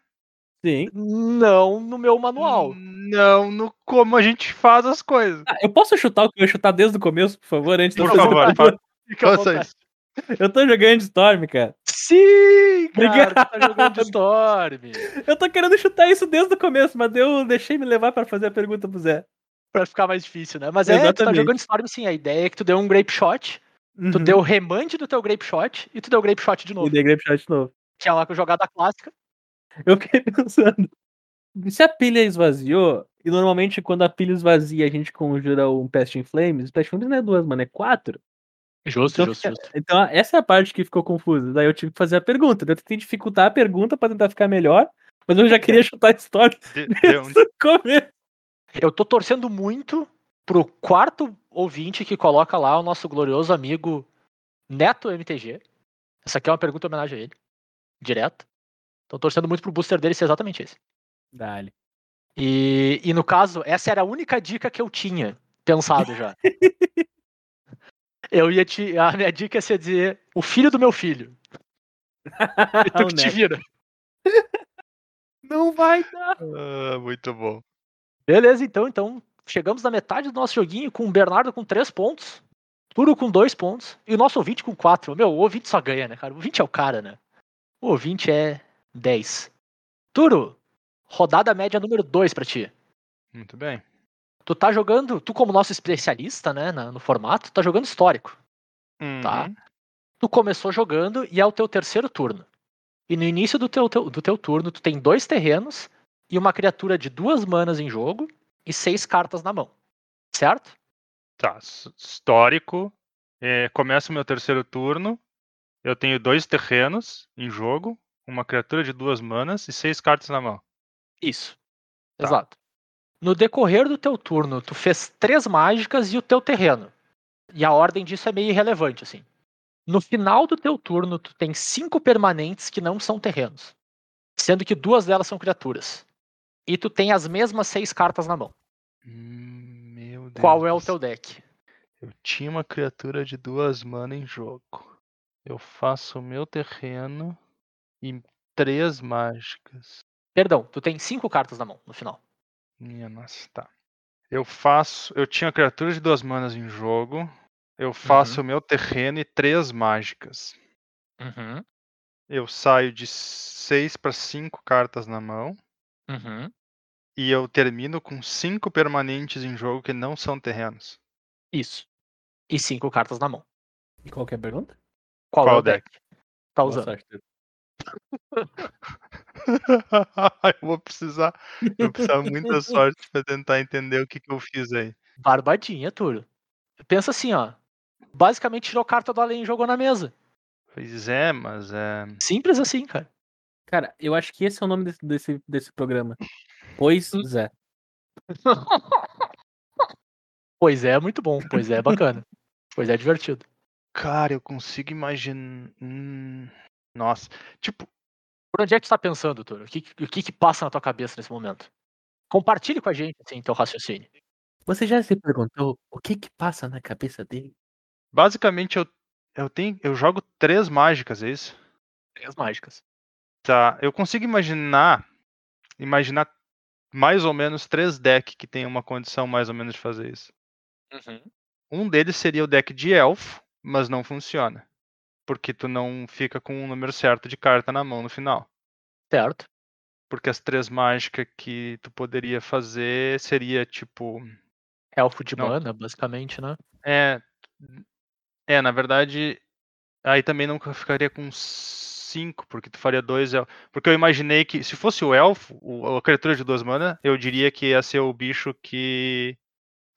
Speaker 4: Sim.
Speaker 3: Não no meu manual.
Speaker 4: Hum.
Speaker 2: Não, no como a gente faz as coisas.
Speaker 4: Ah, eu posso chutar o que eu ia chutar desde o começo, por favor, antes de
Speaker 2: Por
Speaker 4: eu fazer
Speaker 2: favor,
Speaker 4: a
Speaker 2: fa-
Speaker 4: pergunta?
Speaker 3: Fica à
Speaker 2: Faça
Speaker 3: vontade.
Speaker 2: isso.
Speaker 4: Eu tô jogando de Storm, cara.
Speaker 3: Sim, cara, tu tá
Speaker 4: Obrigado.
Speaker 3: jogando de Storm.
Speaker 4: Eu tô querendo chutar isso desde o começo, mas eu deixei me levar pra fazer a pergunta pro Zé.
Speaker 3: Pra ficar mais difícil, né? Mas é, tu tá
Speaker 4: Exatamente.
Speaker 3: jogando de Storm sim. A ideia é que tu deu um Grape Shot, tu
Speaker 4: Uhum.
Speaker 3: deu o remande do teu Grape Shot e tu deu o Grape Shot de
Speaker 4: E
Speaker 3: novo.
Speaker 4: dei grape shot de novo.
Speaker 3: Que é uma jogada clássica.
Speaker 4: Eu fiquei pensando. Se a pilha esvaziou, e normalmente quando a pilha esvazia a gente conjura um Pest in Flames, Pest in Flames não é duas, mano, é quatro.
Speaker 3: Justo,
Speaker 4: Então, fica- então essa é a parte que ficou confusa. Daí eu tive que fazer a pergunta. daí Eu tentei dificultar a pergunta pra tentar ficar melhor, mas eu já queria chutar Storm
Speaker 2: De- deu um-
Speaker 4: desde o começo.
Speaker 3: Eu tô torcendo muito pro quarto ouvinte que coloca lá o nosso glorioso amigo Neto MTG. Essa aqui é uma pergunta em homenagem a ele. Direto. Tô torcendo muito pro booster dele ser exatamente esse.
Speaker 4: Dale.
Speaker 3: E, e no caso, essa era a única dica que eu tinha pensado já. eu ia te. A minha dica ia ser dizer o filho do meu filho. E tu que te vira.
Speaker 4: Não vai dar.
Speaker 2: Ah, muito bom.
Speaker 3: Beleza, então, então. Chegamos na metade do nosso joguinho com o Bernardo com 3 pontos, Turo com 2 pontos e o nosso ouvinte com 4. Meu, o ouvinte só ganha, né, cara? O ouvinte é o cara, né? O ouvinte é 10. Turo, rodada média número 2 pra ti.
Speaker 2: Muito bem.
Speaker 3: Tu tá jogando, tu como nosso especialista, né, na- no formato, tá jogando histórico. Tá.
Speaker 2: Uhum.
Speaker 3: tu começou jogando e é o teu terceiro turno. E no início do teu, teu- do teu turno, tu tem dois terrenos e uma criatura de duas manas em jogo e seis cartas na mão. Certo?
Speaker 2: Tá, s- histórico. É, começa o meu terceiro turno. Eu tenho dois terrenos em jogo, uma criatura de duas manas e seis cartas na mão.
Speaker 3: Isso.
Speaker 2: Tá.
Speaker 3: Exato. No decorrer do teu turno, tu fez três mágicas e o teu terreno. E a ordem disso é meio irrelevante, assim. No final do teu turno, tu tem cinco permanentes que não são terrenos. Sendo que duas delas são criaturas. E tu tem as mesmas seis cartas na mão.
Speaker 2: Hum, Meu Deus.
Speaker 3: Qual é o
Speaker 2: do
Speaker 3: teu deck?
Speaker 2: Eu tinha uma criatura de duas mana em jogo. Eu faço o meu terreno e três mágicas.
Speaker 3: Perdão, tu tem cinco cartas na mão no final.
Speaker 2: Minha nossa, tá. Eu faço. Eu tinha criatura de duas manas em jogo. Eu faço o meu terreno e três mágicas.
Speaker 3: Uhum,
Speaker 2: Eu saio de seis para cinco cartas na mão.
Speaker 3: uhum.
Speaker 2: E eu termino com cinco permanentes em jogo que não são terrenos.
Speaker 3: Isso. E cinco cartas na mão.
Speaker 4: E qual que é a pergunta?
Speaker 3: Qual,
Speaker 2: Qual
Speaker 3: é o deck? que Tá
Speaker 4: Boa
Speaker 3: usando.
Speaker 4: sorte.
Speaker 2: eu vou precisar. Eu vou precisar muita sorte para tentar entender o que, que eu fiz aí.
Speaker 3: Barbadinha, Turo. Pensa assim, ó. Basicamente tirou carta do além e jogou na mesa.
Speaker 2: Pois é, mas é.
Speaker 3: Simples assim, cara.
Speaker 4: Cara, eu acho que esse é o nome desse, desse, desse programa. Pois é. Zé.
Speaker 3: Pois é, muito bom. Pois é, bacana. pois é, divertido.
Speaker 2: Cara, eu consigo imaginar. Hum, Nossa. Tipo,
Speaker 3: Por onde é que tu tá pensando, Turo? O que, o que que passa na tua cabeça nesse momento? Compartilhe com a gente, assim, teu raciocínio.
Speaker 4: Você já se perguntou o que que passa na cabeça dele?
Speaker 2: basicamente eu, eu tenho. Eu jogo três mágicas, é isso?
Speaker 3: Três mágicas.
Speaker 2: Tá. Eu consigo imaginar. Imaginar mais ou menos três decks que tem uma condição mais ou menos de fazer isso.
Speaker 3: Uhum.
Speaker 2: Um deles seria o deck de elfo, mas não funciona. Porque tu não fica com o número certo de carta na mão no final.
Speaker 3: Certo.
Speaker 2: Porque as três mágicas que tu poderia fazer seria tipo.
Speaker 3: Elfo de
Speaker 2: Não.
Speaker 3: mana, basicamente, né?
Speaker 2: É. É, na verdade. Aí também não ficaria com cinco, porque tu faria dois elfos. Porque eu imaginei que, se fosse o elfo, o- a criatura de duas mana, eu diria que ia ser o bicho que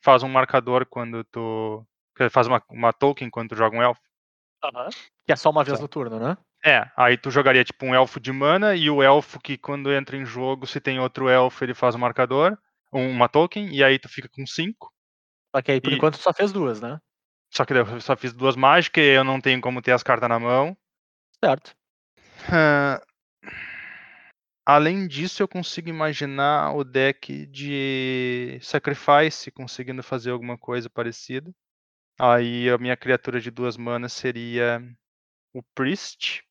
Speaker 2: faz um marcador quando tu. que Faz uma, uma token quando tu joga um elfo.
Speaker 3: Que é só uma vez no turno, né?
Speaker 2: É, aí tu jogaria tipo um elfo de mana e o elfo que quando entra em jogo, se tem outro elfo, ele faz um marcador, um- uma token, e aí tu fica com cinco.
Speaker 3: Só que aí, por
Speaker 2: E-
Speaker 3: enquanto, tu só fez duas, né?
Speaker 2: Só que daí eu só fiz duas mágicas e eu não tenho como ter as cartas na mão.
Speaker 3: Certo.
Speaker 2: Ah, Além disso, eu consigo imaginar o deck de Sacrifice conseguindo fazer alguma coisa parecida. Aí a minha criatura de duas manas seria o Priest.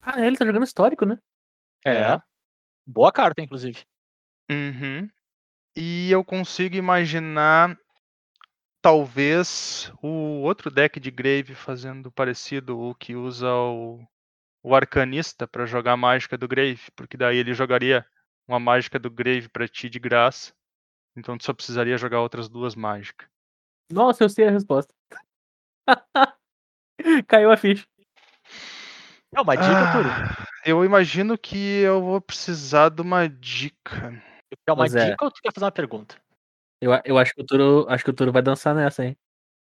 Speaker 4: Ah, ele tá jogando histórico, né?
Speaker 2: É.
Speaker 3: Boa carta, inclusive.
Speaker 2: Uhum. E eu consigo imaginar talvez o outro deck de Grave fazendo parecido, o que usa o, o Arcanista para jogar a mágica do Grave, porque daí ele jogaria uma mágica do Grave para ti de graça. Então tu só precisaria jogar outras duas mágicas.
Speaker 4: Nossa, eu sei a resposta. Caiu a ficha.
Speaker 3: É uma dica,
Speaker 2: Ah,
Speaker 3: Túlio.
Speaker 2: eu imagino que eu vou precisar de uma dica.
Speaker 3: Tu quer uma
Speaker 4: Pois é.
Speaker 3: dica ou tu quer fazer uma pergunta?
Speaker 4: Eu, a- eu acho que o Turo, acho que o Turo vai dançar nessa, hein?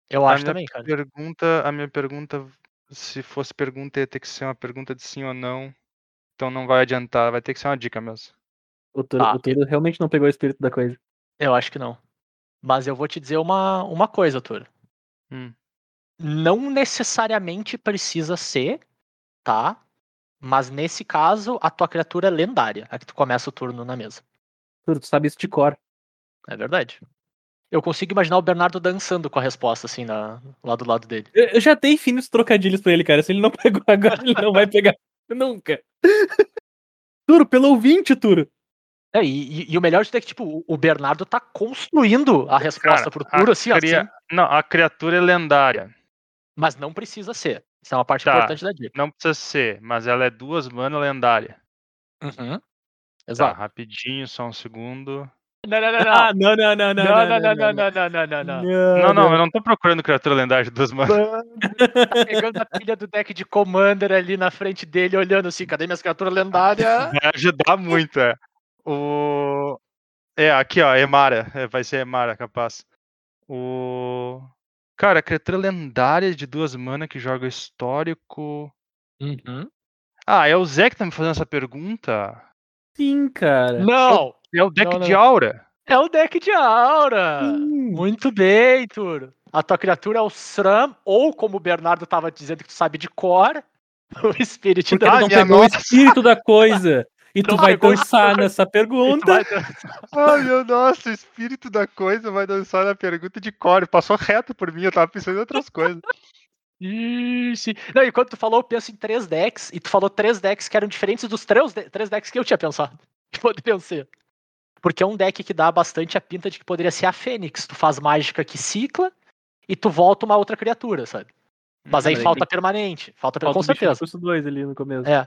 Speaker 3: Eu
Speaker 2: A
Speaker 3: acho
Speaker 2: minha
Speaker 3: também, cara.
Speaker 2: Pergunta, a minha pergunta, se fosse pergunta, ia ter que ser uma pergunta de sim ou não. Então não vai adiantar, vai ter que ser uma dica mesmo.
Speaker 4: O Turo,
Speaker 3: Tá.
Speaker 4: o Turo realmente não pegou o espírito da coisa.
Speaker 3: Eu acho que não. Mas eu vou te dizer uma, uma coisa, Túlio.
Speaker 2: Hum.
Speaker 3: Não necessariamente precisa ser, tá? Mas nesse caso, a tua criatura é lendária, a que tu começa o turno na mesa.
Speaker 4: Turo, tu sabe isso de cor.
Speaker 3: É verdade. Eu consigo imaginar o Bernardo dançando com a resposta, assim, na, lá do lado dele.
Speaker 4: Eu, eu já dei finos trocadilhos pra ele, cara. Se ele não pegou agora, ele não vai pegar nunca. Turo, pelo ouvinte, Turo.
Speaker 3: É, e, e- e o melhor disso é que, tipo, o- o Bernardo tá construindo a resposta pro
Speaker 2: a
Speaker 3: Turo, assim, ó,
Speaker 2: cria-
Speaker 3: assim,
Speaker 2: Não, a criatura é lendária.
Speaker 3: mas não precisa ser. Isso é uma parte
Speaker 2: Tá.
Speaker 3: importante da dica.
Speaker 2: Não precisa ser, mas ela é duas mana lendária.
Speaker 3: Uhum.
Speaker 2: Tá,
Speaker 3: Exato.
Speaker 2: rapidinho, só um segundo.
Speaker 3: Tá. Não, não, não,
Speaker 4: Ah, não, não, não, não.
Speaker 3: não, não, não, não, não, não, não, não.
Speaker 4: É,
Speaker 2: Não, não, eu não tô procurando criatura lendária de duas manas.
Speaker 3: Tá pegando a pilha do deck de Commander ali na frente dele, olhando assim, cadê minhas criaturas lendárias?
Speaker 2: Vai ajudar muito, é. O... É, aqui, ó, Emara. É, vai ser Emara, capaz. O... Cara, criatura lendária de duas mana que joga histórico.
Speaker 3: Uhum.
Speaker 2: Ah, é o Zé que tá me fazendo essa pergunta?
Speaker 4: Sim, cara.
Speaker 3: Não!
Speaker 2: É o deck
Speaker 3: Não,
Speaker 2: de aura?
Speaker 3: É o deck de Aura!
Speaker 4: Sim.
Speaker 3: Muito bem, Turo. A tua criatura é o Sram, ou como o Bernardo tava dizendo que tu sabe de cor, o Spirit
Speaker 4: Porque
Speaker 3: da
Speaker 2: Ah,
Speaker 4: tu não
Speaker 2: minha
Speaker 4: pegou
Speaker 2: nossa.
Speaker 4: o espírito da coisa. E tu
Speaker 3: Não
Speaker 4: então vai
Speaker 3: pegou.
Speaker 4: dançar nessa
Speaker 3: E tu
Speaker 4: pergunta.
Speaker 3: vai-
Speaker 2: Ah, meu nossa, o espírito da coisa vai dançar na pergunta de core. Passou reto por mim, eu tava pensando em outras coisas.
Speaker 3: Ixi. Não, e quando tu falou, eu penso em três decks, e tu falou três decks que eram diferentes dos três, de- três decks que eu tinha pensado. Que poderiam ser. Porque é um deck que dá bastante a pinta de que poderia ser a Fênix. Tu faz mágica que cicla e tu volta uma outra criatura, sabe? Mas aí
Speaker 4: mas aí
Speaker 3: falta permanente. Falta, per-
Speaker 4: Falta
Speaker 3: com
Speaker 4: o bicho
Speaker 3: certeza.
Speaker 4: recurso dois ali no começo.
Speaker 3: É.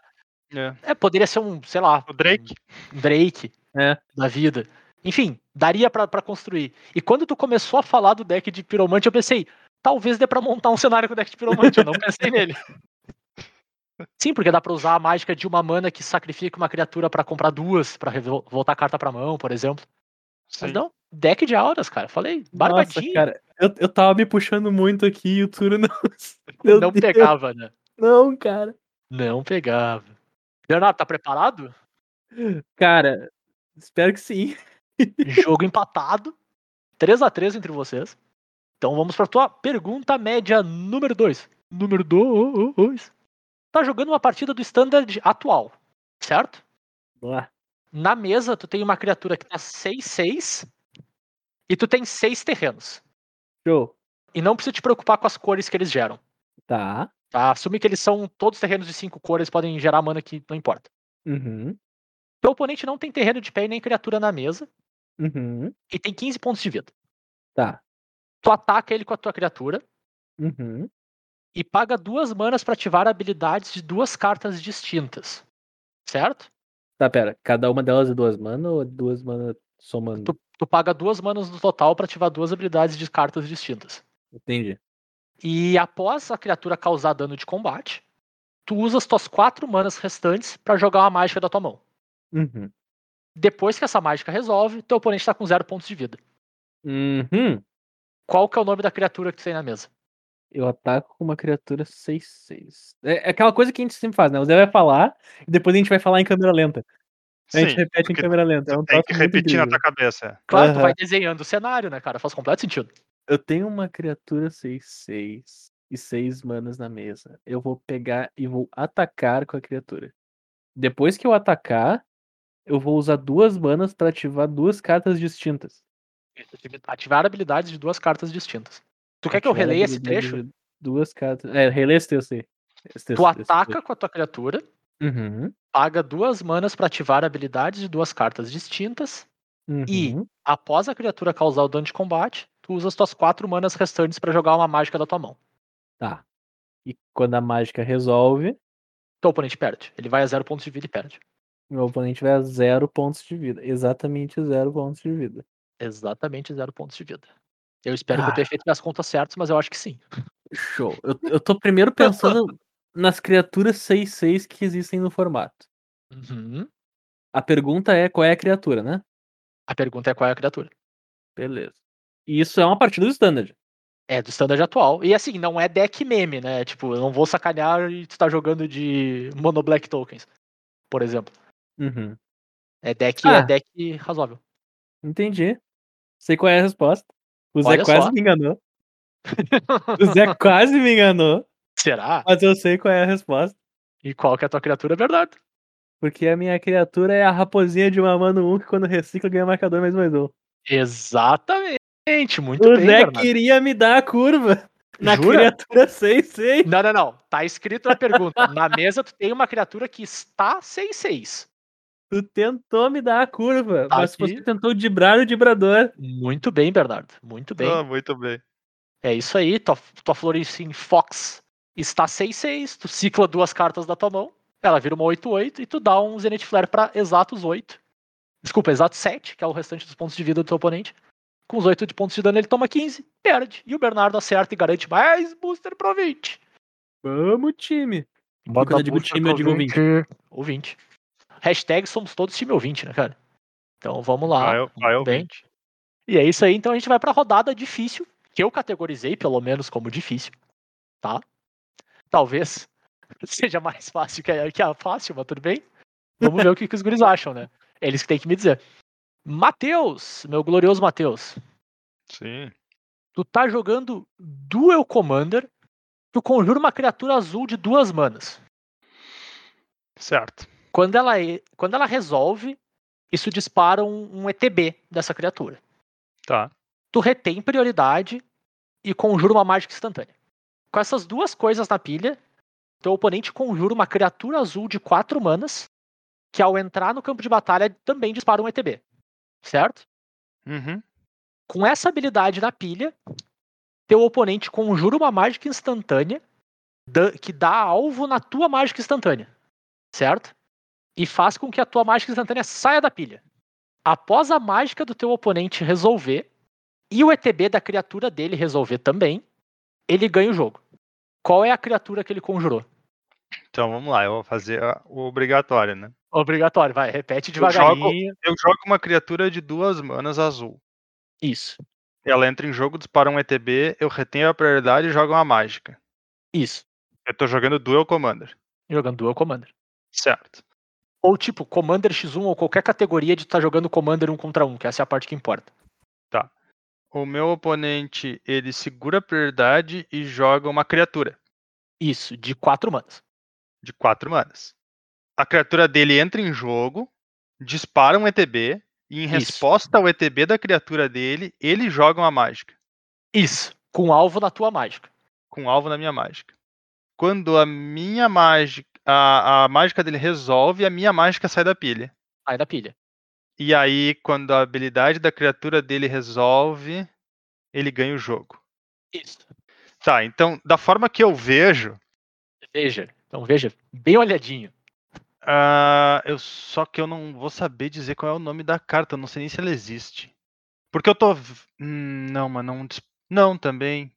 Speaker 3: É, poderia ser um, sei lá,
Speaker 2: O Drake?
Speaker 3: um Drake
Speaker 4: É.
Speaker 3: da vida. Enfim, daria pra pra construir. E quando tu começou a falar do deck de Piromante, eu pensei, talvez dê pra montar um cenário com o deck de Piromante. Eu não pensei nele. Sim, porque dá pra usar a mágica de uma mana que sacrifica uma criatura pra comprar duas, pra revol- voltar a carta pra mão, por exemplo. Mas não, deck de auras, cara. Falei,
Speaker 4: Nossa,
Speaker 3: barbadinho.
Speaker 4: cara. Eu, eu tava me puxando muito aqui e o Turo não. Meu
Speaker 3: não
Speaker 4: Deus,
Speaker 3: pegava, né?
Speaker 4: Não, cara.
Speaker 3: Não pegava. Leonardo, tá preparado?
Speaker 4: Cara, espero que sim.
Speaker 3: Jogo empatado. 3 a 3 entre vocês. Então vamos pra tua pergunta média número 2. Número 2. Tá jogando uma partida do standard atual, certo?
Speaker 4: Vamos lá.
Speaker 3: Na mesa tu tem uma criatura que tá 6 6 e tu tem seis terrenos.
Speaker 4: Show.
Speaker 3: E não precisa te preocupar com as cores que eles geram.
Speaker 4: Tá.
Speaker 3: Tá? Assume que eles são todos terrenos de cinco cores, podem gerar mana que não importa.
Speaker 4: Uhum.
Speaker 3: Teu oponente não tem terreno de pé e nem criatura na mesa.
Speaker 4: Uhum.
Speaker 3: e tem 15 pontos de vida.
Speaker 4: Tá.
Speaker 3: Tu ataca ele com a tua criatura
Speaker 4: Uhum.
Speaker 3: e paga duas manas pra ativar habilidades de duas cartas distintas. Certo?
Speaker 4: Tá, pera. Cada uma delas é duas mana ou é duas mana somando?
Speaker 3: Tu paga duas manas no total pra ativar duas habilidades de cartas distintas.
Speaker 4: Entendi.
Speaker 3: E após a criatura causar dano de combate, tu usa as tuas quatro manas restantes pra jogar uma mágica da tua mão.
Speaker 4: Uhum.
Speaker 3: Depois que essa mágica resolve, teu oponente tá com zero pontos de vida.
Speaker 4: Uhum.
Speaker 3: Qual que é o nome da criatura que tu tem na mesa?
Speaker 4: Eu ataco com uma criatura 6-6. É é aquela coisa que a gente sempre faz, né? O Zé vai falar e depois a gente vai falar em câmera lenta. A gente
Speaker 2: Sim,
Speaker 4: repete em
Speaker 2: porque
Speaker 4: câmera lenta. É um
Speaker 2: tem
Speaker 4: troço
Speaker 2: que
Speaker 4: muito
Speaker 2: repetir na
Speaker 4: incrível.
Speaker 2: tua cabeça.
Speaker 3: Claro, tu
Speaker 4: Aham.
Speaker 3: vai desenhando o cenário, né, cara? Faz completo sentido.
Speaker 4: Eu tenho uma criatura 6-6 e 6 manas na mesa. Eu vou pegar e vou atacar com a criatura. Depois que eu atacar, eu vou usar duas manas pra ativar duas cartas distintas.
Speaker 3: Ativar habilidades de duas cartas distintas. Tu quer que eu
Speaker 4: Ativar a
Speaker 3: releia esse
Speaker 4: habilidade
Speaker 3: trecho?
Speaker 4: de Duas cartas. É, releia esse texto aí. Esse texto,
Speaker 3: Tu
Speaker 4: esse texto.
Speaker 3: ataca com a tua criatura,
Speaker 4: Uhum,
Speaker 3: paga duas manas pra ativar habilidades de duas cartas distintas. E-
Speaker 4: uhum.
Speaker 3: Após a criatura causar o dano de combate, tu usa as tuas quatro manas restantes pra jogar uma mágica da tua mão.
Speaker 4: Tá. E quando a mágica resolve,
Speaker 3: Teu oponente perde. Ele vai a zero pontos de vida e perde.
Speaker 4: meu oponente vai a zero pontos de vida. Exatamente zero pontos de vida.
Speaker 3: Exatamente zero pontos de vida. Eu espero que eu tenha feito minhas contas certas, mas eu acho que sim.
Speaker 4: Show. Eu, eu tô primeiro pensando nas criaturas 6-6 que existem no formato.
Speaker 3: Uhum.
Speaker 4: A pergunta é qual é a criatura, né?
Speaker 3: A pergunta é qual é a criatura.
Speaker 4: Beleza. E isso é uma partida do standard.
Speaker 3: É, do standard atual. E assim, não é deck meme, né? Tipo, eu não vou sacanear e tu tá jogando de mono black tokens, por exemplo.
Speaker 4: Uhum.
Speaker 3: É deck,
Speaker 4: Ah.
Speaker 3: é deck razoável.
Speaker 4: Entendi. Sei qual é a resposta. O Zé
Speaker 3: Olha
Speaker 4: quase
Speaker 3: só.
Speaker 4: me enganou. O Zé quase me enganou.
Speaker 3: Será?
Speaker 4: Mas eu sei qual é a resposta.
Speaker 3: E qual que é a tua criatura, é verdade?
Speaker 4: Porque a minha criatura é a raposinha de uma mano 1 que quando recicla ganha marcador mais mais um.
Speaker 3: Exatamente, muito
Speaker 4: O
Speaker 3: bem,
Speaker 4: Zé
Speaker 3: Bernardo.
Speaker 4: queria me dar a curva é, na
Speaker 3: Jura?
Speaker 4: criatura 6-6.
Speaker 3: Não, não, não. Tá escrito na pergunta. Na mesa tu tem uma criatura que está 6-6.
Speaker 4: Tu tentou me dar a curva,
Speaker 3: Tá
Speaker 4: mas
Speaker 3: aqui.
Speaker 4: você tentou dibrar o dibrador.
Speaker 3: Muito bem, Bernardo. Muito bem.
Speaker 2: Ah, muito bem.
Speaker 3: É isso aí. Tua, tua Florencinha Fox está 6-6. Tu cicla duas cartas da tua mão. Ela vira uma 8-8 e tu dá um Zenith Flare pra exatos 8. Desculpa, exatos 7, que é o restante dos pontos de vida do teu oponente. Com os 8 de pontos de dano ele toma 15, perde. E o Bernardo acerta e garante mais booster pro 20.
Speaker 4: Vamos, time.
Speaker 3: Bota
Speaker 4: quando eu digo
Speaker 3: booster
Speaker 4: time, eu
Speaker 3: pro
Speaker 4: digo ouvinte.
Speaker 3: Ouvinte. Hashtag somos todos time ouvinte, né, cara? Então vamos lá.
Speaker 2: Vai, vai
Speaker 3: bem.
Speaker 2: ouvinte.
Speaker 3: E é isso aí. Então a gente vai pra rodada difícil, que eu categorizei pelo menos como difícil, tá? Talvez seja mais fácil que a, que a fácil, mas tudo bem. Vamos ver o que, que os guris acham, né? Eles que têm que me dizer. Matheus, meu glorioso Matheus,
Speaker 2: Sim.
Speaker 3: tu tá jogando Duel Commander, tu conjura uma criatura azul de duas manas.
Speaker 2: Certo.
Speaker 3: Quando ela, e- quando ela resolve, isso dispara um, um ETB dessa criatura.
Speaker 2: Tá.
Speaker 3: Tu retém prioridade e conjura uma mágica instantânea. Com essas duas coisas na pilha, teu oponente conjura uma criatura azul de 4 manas, que ao entrar no campo de batalha também dispara um ETB. Certo?
Speaker 2: Uhum.
Speaker 3: Com essa habilidade na pilha, teu oponente conjura uma mágica instantânea da- que dá alvo na tua mágica instantânea, certo? E faz com que a tua mágica instantânea saia da pilha. Após a mágica do teu oponente resolver e o ETB da criatura dele resolver também, ele ganha o jogo. Qual é a criatura que ele conjurou?
Speaker 2: Então vamos lá, eu vou fazer a- o obrigatório, né?
Speaker 3: Obrigatório, vai, repete
Speaker 2: jogo-
Speaker 3: devagarinho.
Speaker 2: Eu jogo uma criatura de duas manas azul.
Speaker 3: Isso,
Speaker 2: Ela entra em jogo, dispara um ETB, eu retenho a prioridade e jogo uma mágica.
Speaker 3: isso.
Speaker 2: Eu tô jogando Duel Commander.
Speaker 3: Jogando Dual Commander.
Speaker 2: Certo.
Speaker 3: Ou tipo, Commander X1 ou qualquer categoria de tu tá jogando Commander um contra um, que essa é a parte que importa.
Speaker 2: O meu oponente, ele segura a prioridade e joga uma criatura
Speaker 3: Isso, de quatro manas.
Speaker 2: de quatro manas. A criatura dele entra em jogo, dispara um ETB, e em
Speaker 3: Isso.
Speaker 2: resposta ao ETB da criatura dele, ele joga uma mágica,
Speaker 3: Isso, com um alvo na tua mágica.
Speaker 2: com alvo na minha mágica. Quando a minha mágica. A, a mágica dele resolve, a minha mágica sai da pilha.
Speaker 3: Sai da pilha.
Speaker 2: E aí, quando a habilidade da criatura dele resolve, ele ganha o jogo.
Speaker 3: Isso.
Speaker 2: Tá, então, da forma que eu vejo,
Speaker 3: Veja. Então veja, bem olhadinho.
Speaker 2: Ah, eu só que eu não vou saber dizer qual é o nome da carta, eu não sei nem se ela existe. Porque eu tô. v- Hum, não, mas não. dis- Não, também.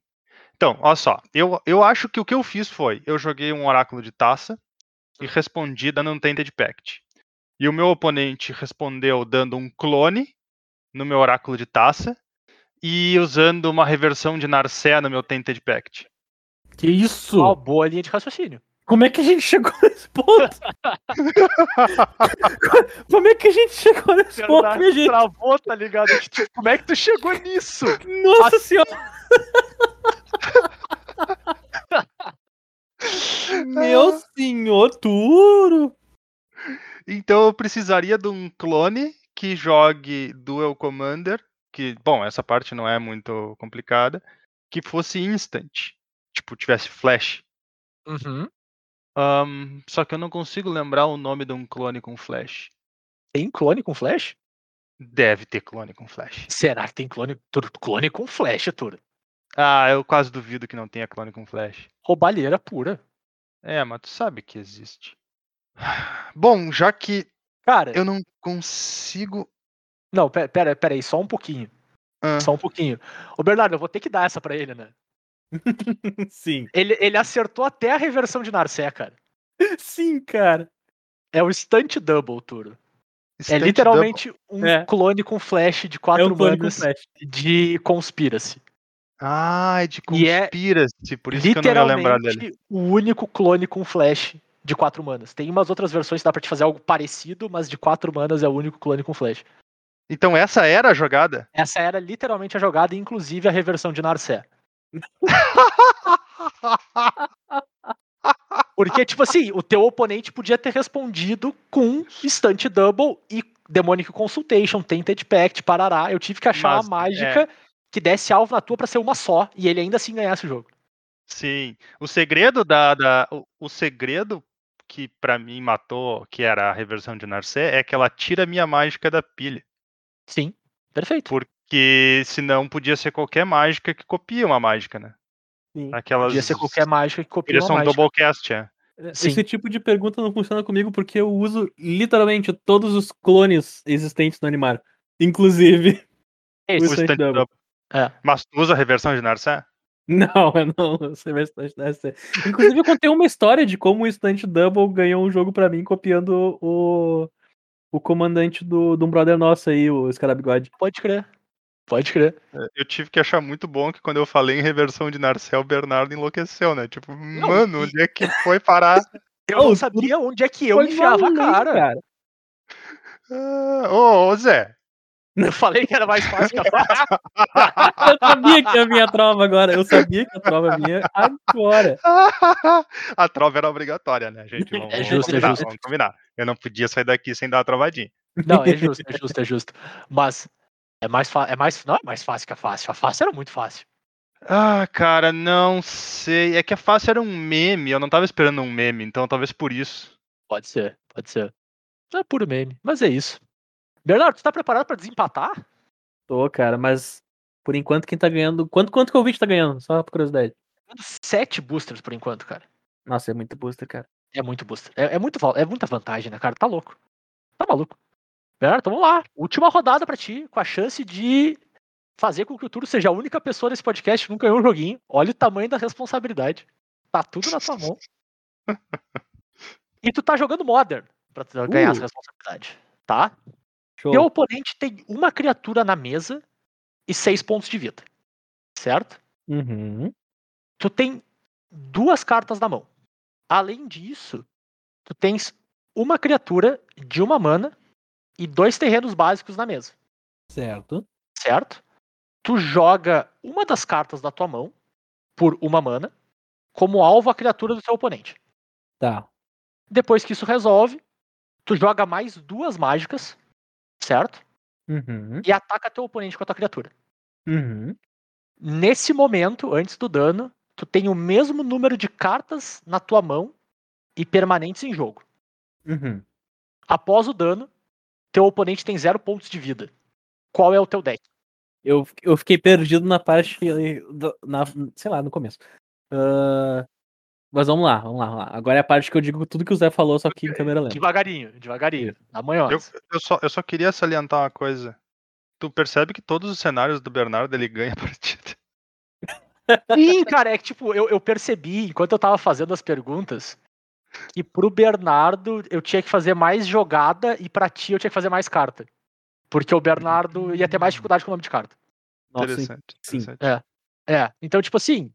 Speaker 2: Então, olha só. Eu, eu acho que o que eu fiz foi: eu joguei um oráculo de taça
Speaker 3: Hum.
Speaker 2: e respondi dando um Tainted Pact. E o meu oponente respondeu dando um clone no meu oráculo de taça e usando uma reversão de Narcé no meu Tainted Pact.
Speaker 4: Que isso?
Speaker 3: Uma boa linha de raciocínio.
Speaker 4: Como é que a gente chegou nesse ponto? Como é que a gente chegou nesse ponto, minha gente?
Speaker 3: travou, tá ligado? Tipo, Como é que tu chegou nisso?
Speaker 4: Nossa senhora! Meu senhor Turo!
Speaker 2: Então eu precisaria de um clone que jogue Duel Commander, que, bom, essa parte não é muito complicada, que fosse instant, tipo, tivesse flash.
Speaker 3: Uhum.
Speaker 2: Ahn, só que eu não consigo lembrar o nome de um clone com flash.
Speaker 3: Tem clone com flash?
Speaker 2: Deve ter clone com flash.
Speaker 3: Será que tem clone, Tur- clone com flash, Turo?
Speaker 2: Ah, eu quase duvido que não tenha clone com flash.
Speaker 3: Roubalheira pura.
Speaker 2: É, mas tu sabe que existe. Bom, já que
Speaker 3: Cara,
Speaker 2: eu não consigo.
Speaker 3: não, pe- pera, pera aí, só um pouquinho.
Speaker 2: Ah.
Speaker 3: Só um pouquinho. Ô, Bernardo, eu vou ter que dar essa pra ele, né?
Speaker 4: Sim.
Speaker 3: Ele, ele acertou até a reversão de Narcé, cara.
Speaker 4: Sim, cara.
Speaker 3: É o Stunt Double, Turo. É
Speaker 2: Stunt Double.
Speaker 3: literalmente um
Speaker 4: É.
Speaker 3: clone com flash de
Speaker 4: É
Speaker 3: quatro
Speaker 4: um clone com
Speaker 3: manas
Speaker 4: flash.
Speaker 3: de Conspiracy.
Speaker 2: Ah, é de
Speaker 3: E é
Speaker 2: conspiracy, por isso que eu não ia lembrar dele.
Speaker 3: literalmente o único clone com flash de 4 manas. Tem umas outras versões que dá pra te fazer algo parecido, mas de 4 manas é o único clone com flash.
Speaker 2: Então essa era a jogada?
Speaker 3: Essa era literalmente a jogada, inclusive a reversão de Narcé. Porque, tipo assim, o teu oponente podia ter respondido com Stunt Double e Demonic Consultation, Tainted Pact, parará. Eu tive que achar
Speaker 2: Mas, é.
Speaker 3: uma mágica que desse alvo na tua pra ser uma só e ele ainda assim ganhasse o jogo.
Speaker 2: Sim. O segredo da. da- o, o segredo que pra mim matou, que era a reversão de Narcé, é que ela tira a minha mágica da pilha.
Speaker 3: Sim, perfeito.
Speaker 2: Que senão podia ser qualquer mágica que copia uma mágica, né?
Speaker 4: Sim.
Speaker 2: Aquelas.
Speaker 3: Podia ser qualquer mágica que copia uma
Speaker 2: Direção
Speaker 3: mágica.
Speaker 2: Doublecast, é.
Speaker 3: Sim.
Speaker 4: Esse tipo de pergunta não funciona comigo porque eu uso literalmente todos os clones existentes no Animar. Inclusive.
Speaker 3: Esse.
Speaker 4: o
Speaker 2: O
Speaker 4: Stunt
Speaker 2: Stunt
Speaker 4: Double.
Speaker 2: Double.
Speaker 3: É.
Speaker 2: Mas tu usa a reversão de Narcé?
Speaker 4: Não, eu não eu sei mais Stunt Double. Inclusive, eu contei uma história de como o Stunt Double ganhou um jogo pra mim copiando o, o comandante do, de um brother nosso aí, o Scarabigode.
Speaker 3: Pode crer. Pode crer.
Speaker 2: Eu tive que achar muito bom que quando eu falei em reversão de Narcé, o Bernardo enlouqueceu, né? Tipo, mano, onde é que foi parar?
Speaker 3: Eu
Speaker 4: Oh,
Speaker 3: não
Speaker 4: tudo
Speaker 3: sabia onde é que eu
Speaker 4: Foi
Speaker 3: enfiava a
Speaker 4: maluco,
Speaker 3: cara.
Speaker 2: Ah, Ô, ô, Zé,
Speaker 3: Eu falei que era mais fácil que a faca.
Speaker 4: Eu sabia que ia vir a trova agora. Eu sabia que a trova vinha agora.
Speaker 2: a trova era obrigatória, né, gente? Vamos,
Speaker 3: É
Speaker 2: vamos
Speaker 3: justo, é
Speaker 2: combinar,
Speaker 3: justo.
Speaker 2: vamos combinar. Eu não podia sair daqui sem dar uma trovadinha.
Speaker 3: Não, é justo, é justo, é justo. Mas é mais fa- é mais não é mais fácil que a fácil. A fácil era muito fácil.
Speaker 2: Ah, cara, não sei. É que a face era um meme, eu não tava esperando um meme, então talvez por isso.
Speaker 3: Pode ser, pode ser. É puro meme, mas é isso. Bernardo, tu tá preparado pra desempatar?
Speaker 4: Tô, cara, mas por enquanto quem tá ganhando. Quanto, quanto que o ouvinte tá ganhando? Só por curiosidade.
Speaker 3: Sete boosters por enquanto, cara.
Speaker 4: Nossa, é muito booster, cara.
Speaker 3: É muito booster. É, é muito, val- é muita vantagem, né, cara? Tá louco. Tá maluco. Bernardo, então vamos lá. Última rodada pra ti, com a chance de fazer com que o Turo seja a única pessoa nesse podcast que nunca ganhou um joguinho. Olha o tamanho da responsabilidade. Tá tudo na tua mão. E tu tá jogando Modern pra tu ganhar essa responsabilidade, tá?
Speaker 4: Show.
Speaker 3: Teu oponente tem uma criatura na mesa e seis pontos de vida, certo?
Speaker 4: Uhum.
Speaker 3: tu tem duas cartas na mão. Além disso, tu tens uma criatura de uma mana e dois terrenos básicos na mesa,
Speaker 4: Certo.
Speaker 3: certo? Tu joga uma das cartas da tua mão por uma mana como alvo à criatura do teu oponente.
Speaker 4: Tá.
Speaker 3: Depois que isso resolve, tu joga mais duas mágicas, certo?
Speaker 4: Uhum.
Speaker 3: E ataca teu oponente com a tua criatura.
Speaker 4: Uhum.
Speaker 3: Nesse momento, antes do dano, tu tem o mesmo número de cartas na tua mão e permanentes em jogo.
Speaker 4: Uhum.
Speaker 3: Após o dano, teu oponente tem zero pontos de vida. Qual é o teu deck?
Speaker 4: Eu, eu fiquei perdido na parte. do- na, sei lá, no começo. Ah, mas vamos lá, vamos lá, vamos lá. Agora é a parte que eu digo tudo que o Zé falou, só que em câmera lenta.
Speaker 3: Devagarinho, devagarinho. Amanhã.
Speaker 2: É. Eu, eu só, eu só queria salientar uma coisa. Tu percebe que todos os cenários do Bernardo ele ganha a partida.
Speaker 3: Sim, cara, é que tipo, eu, eu percebi, enquanto eu tava fazendo as perguntas, que pro Bernardo eu tinha que fazer mais jogada e pra ti eu tinha que fazer mais carta. Porque o Bernardo ia ter mais dificuldade com o nome de carta.
Speaker 4: Nossa,
Speaker 2: interessante.
Speaker 4: sim.
Speaker 2: interessante.
Speaker 3: É, então, tipo assim,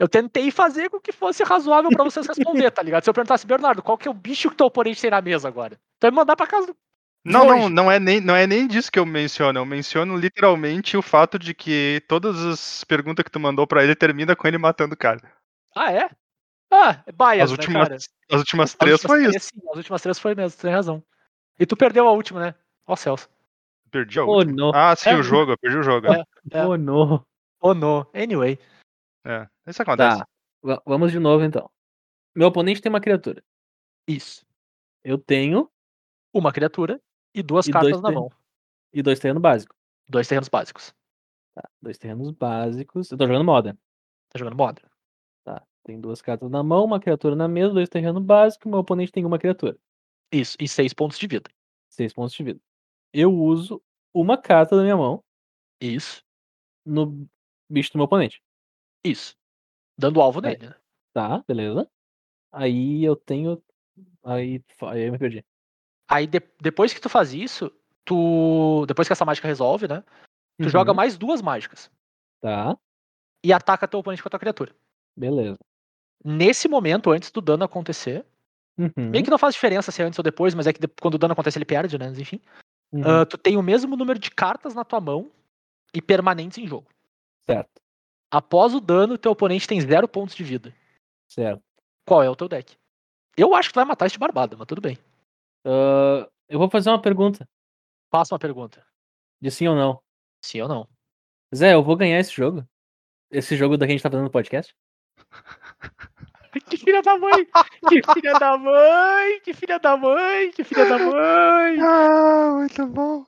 Speaker 3: eu tentei fazer com que fosse razoável pra vocês responder, tá ligado? Se eu perguntasse, Bernardo, qual que é o bicho que teu oponente tem na mesa agora? Então, me mandar pra casa. do-
Speaker 2: Não, não,
Speaker 3: Longe.
Speaker 2: não é, nem, não é nem disso que eu menciono. Eu menciono literalmente o fato de que todas as perguntas que tu mandou pra ele termina com ele matando o cara.
Speaker 3: Ah, é? Ah, é bias,
Speaker 2: As
Speaker 3: né,
Speaker 2: últimas,
Speaker 3: cara?
Speaker 2: as últimas
Speaker 3: As
Speaker 2: três
Speaker 3: últimas
Speaker 2: foi isso.
Speaker 3: três, sim, as últimas três foi mesmo, tu tem razão. E tu perdeu a última, né? Ó, Celso.
Speaker 2: Perdi a
Speaker 4: Oh,
Speaker 2: última.
Speaker 4: não.
Speaker 2: Ah, sim,
Speaker 3: É.
Speaker 2: o jogo. Eu perdi o jogo. É.
Speaker 3: É.
Speaker 4: Oh, não.
Speaker 3: Oh, no. Anyway.
Speaker 2: É. Isso acontece.
Speaker 4: Tá. va- Vamos de novo então. Meu oponente tem uma criatura.
Speaker 3: Isso.
Speaker 4: Eu tenho
Speaker 3: Uma criatura e duas
Speaker 4: E
Speaker 3: cartas
Speaker 4: dois
Speaker 3: na
Speaker 4: terrenos.
Speaker 3: mão.
Speaker 4: e dois terrenos básicos.
Speaker 3: Dois terrenos básicos.
Speaker 4: Dois terrenos básicos. Eu tô jogando moda.
Speaker 3: Tá jogando Modern.
Speaker 4: Tem duas cartas na mão, uma criatura na mesa, dois terrenos básicos. Meu oponente tem uma criatura.
Speaker 3: Isso. E seis pontos de vida.
Speaker 4: Seis pontos de vida. Eu uso uma carta da minha mão
Speaker 3: Isso.
Speaker 4: no bicho do meu oponente.
Speaker 3: Isso. Dando alvo
Speaker 4: Tá.
Speaker 3: nele, né?
Speaker 4: Tá, beleza. Aí eu tenho. Aí, fa- aí eu me perdi.
Speaker 3: Aí de- depois que tu faz isso, tu. Depois que essa mágica resolve, né? Tu
Speaker 4: Uhum,
Speaker 3: joga mais duas mágicas.
Speaker 4: Tá,
Speaker 3: E ataca teu oponente com a tua criatura.
Speaker 4: beleza.
Speaker 3: Nesse momento, antes do dano acontecer,
Speaker 4: Uhum,
Speaker 3: meio que não faz diferença se é antes ou depois, mas é que de- quando o dano acontece, ele perde, né? Mas enfim.
Speaker 4: uhum,
Speaker 3: Ah, tu tem o mesmo número de cartas na tua mão e permanentes em jogo.
Speaker 4: Certo,
Speaker 3: Após o dano, teu oponente tem zero pontos de vida.
Speaker 4: certo.
Speaker 3: qual é o teu deck. Eu acho que tu vai matar este barbado, mas tudo bem.
Speaker 4: Ah, eu vou fazer uma pergunta.
Speaker 3: Faça uma pergunta.
Speaker 4: De sim ou não.
Speaker 3: Sim ou não?
Speaker 4: Zé, eu vou ganhar esse jogo? Esse jogo da que a gente tá fazendo no podcast?
Speaker 3: Que filha da mãe! Que filha da mãe! Que filha da mãe! Que filha da mãe!
Speaker 2: Ah, muito bom.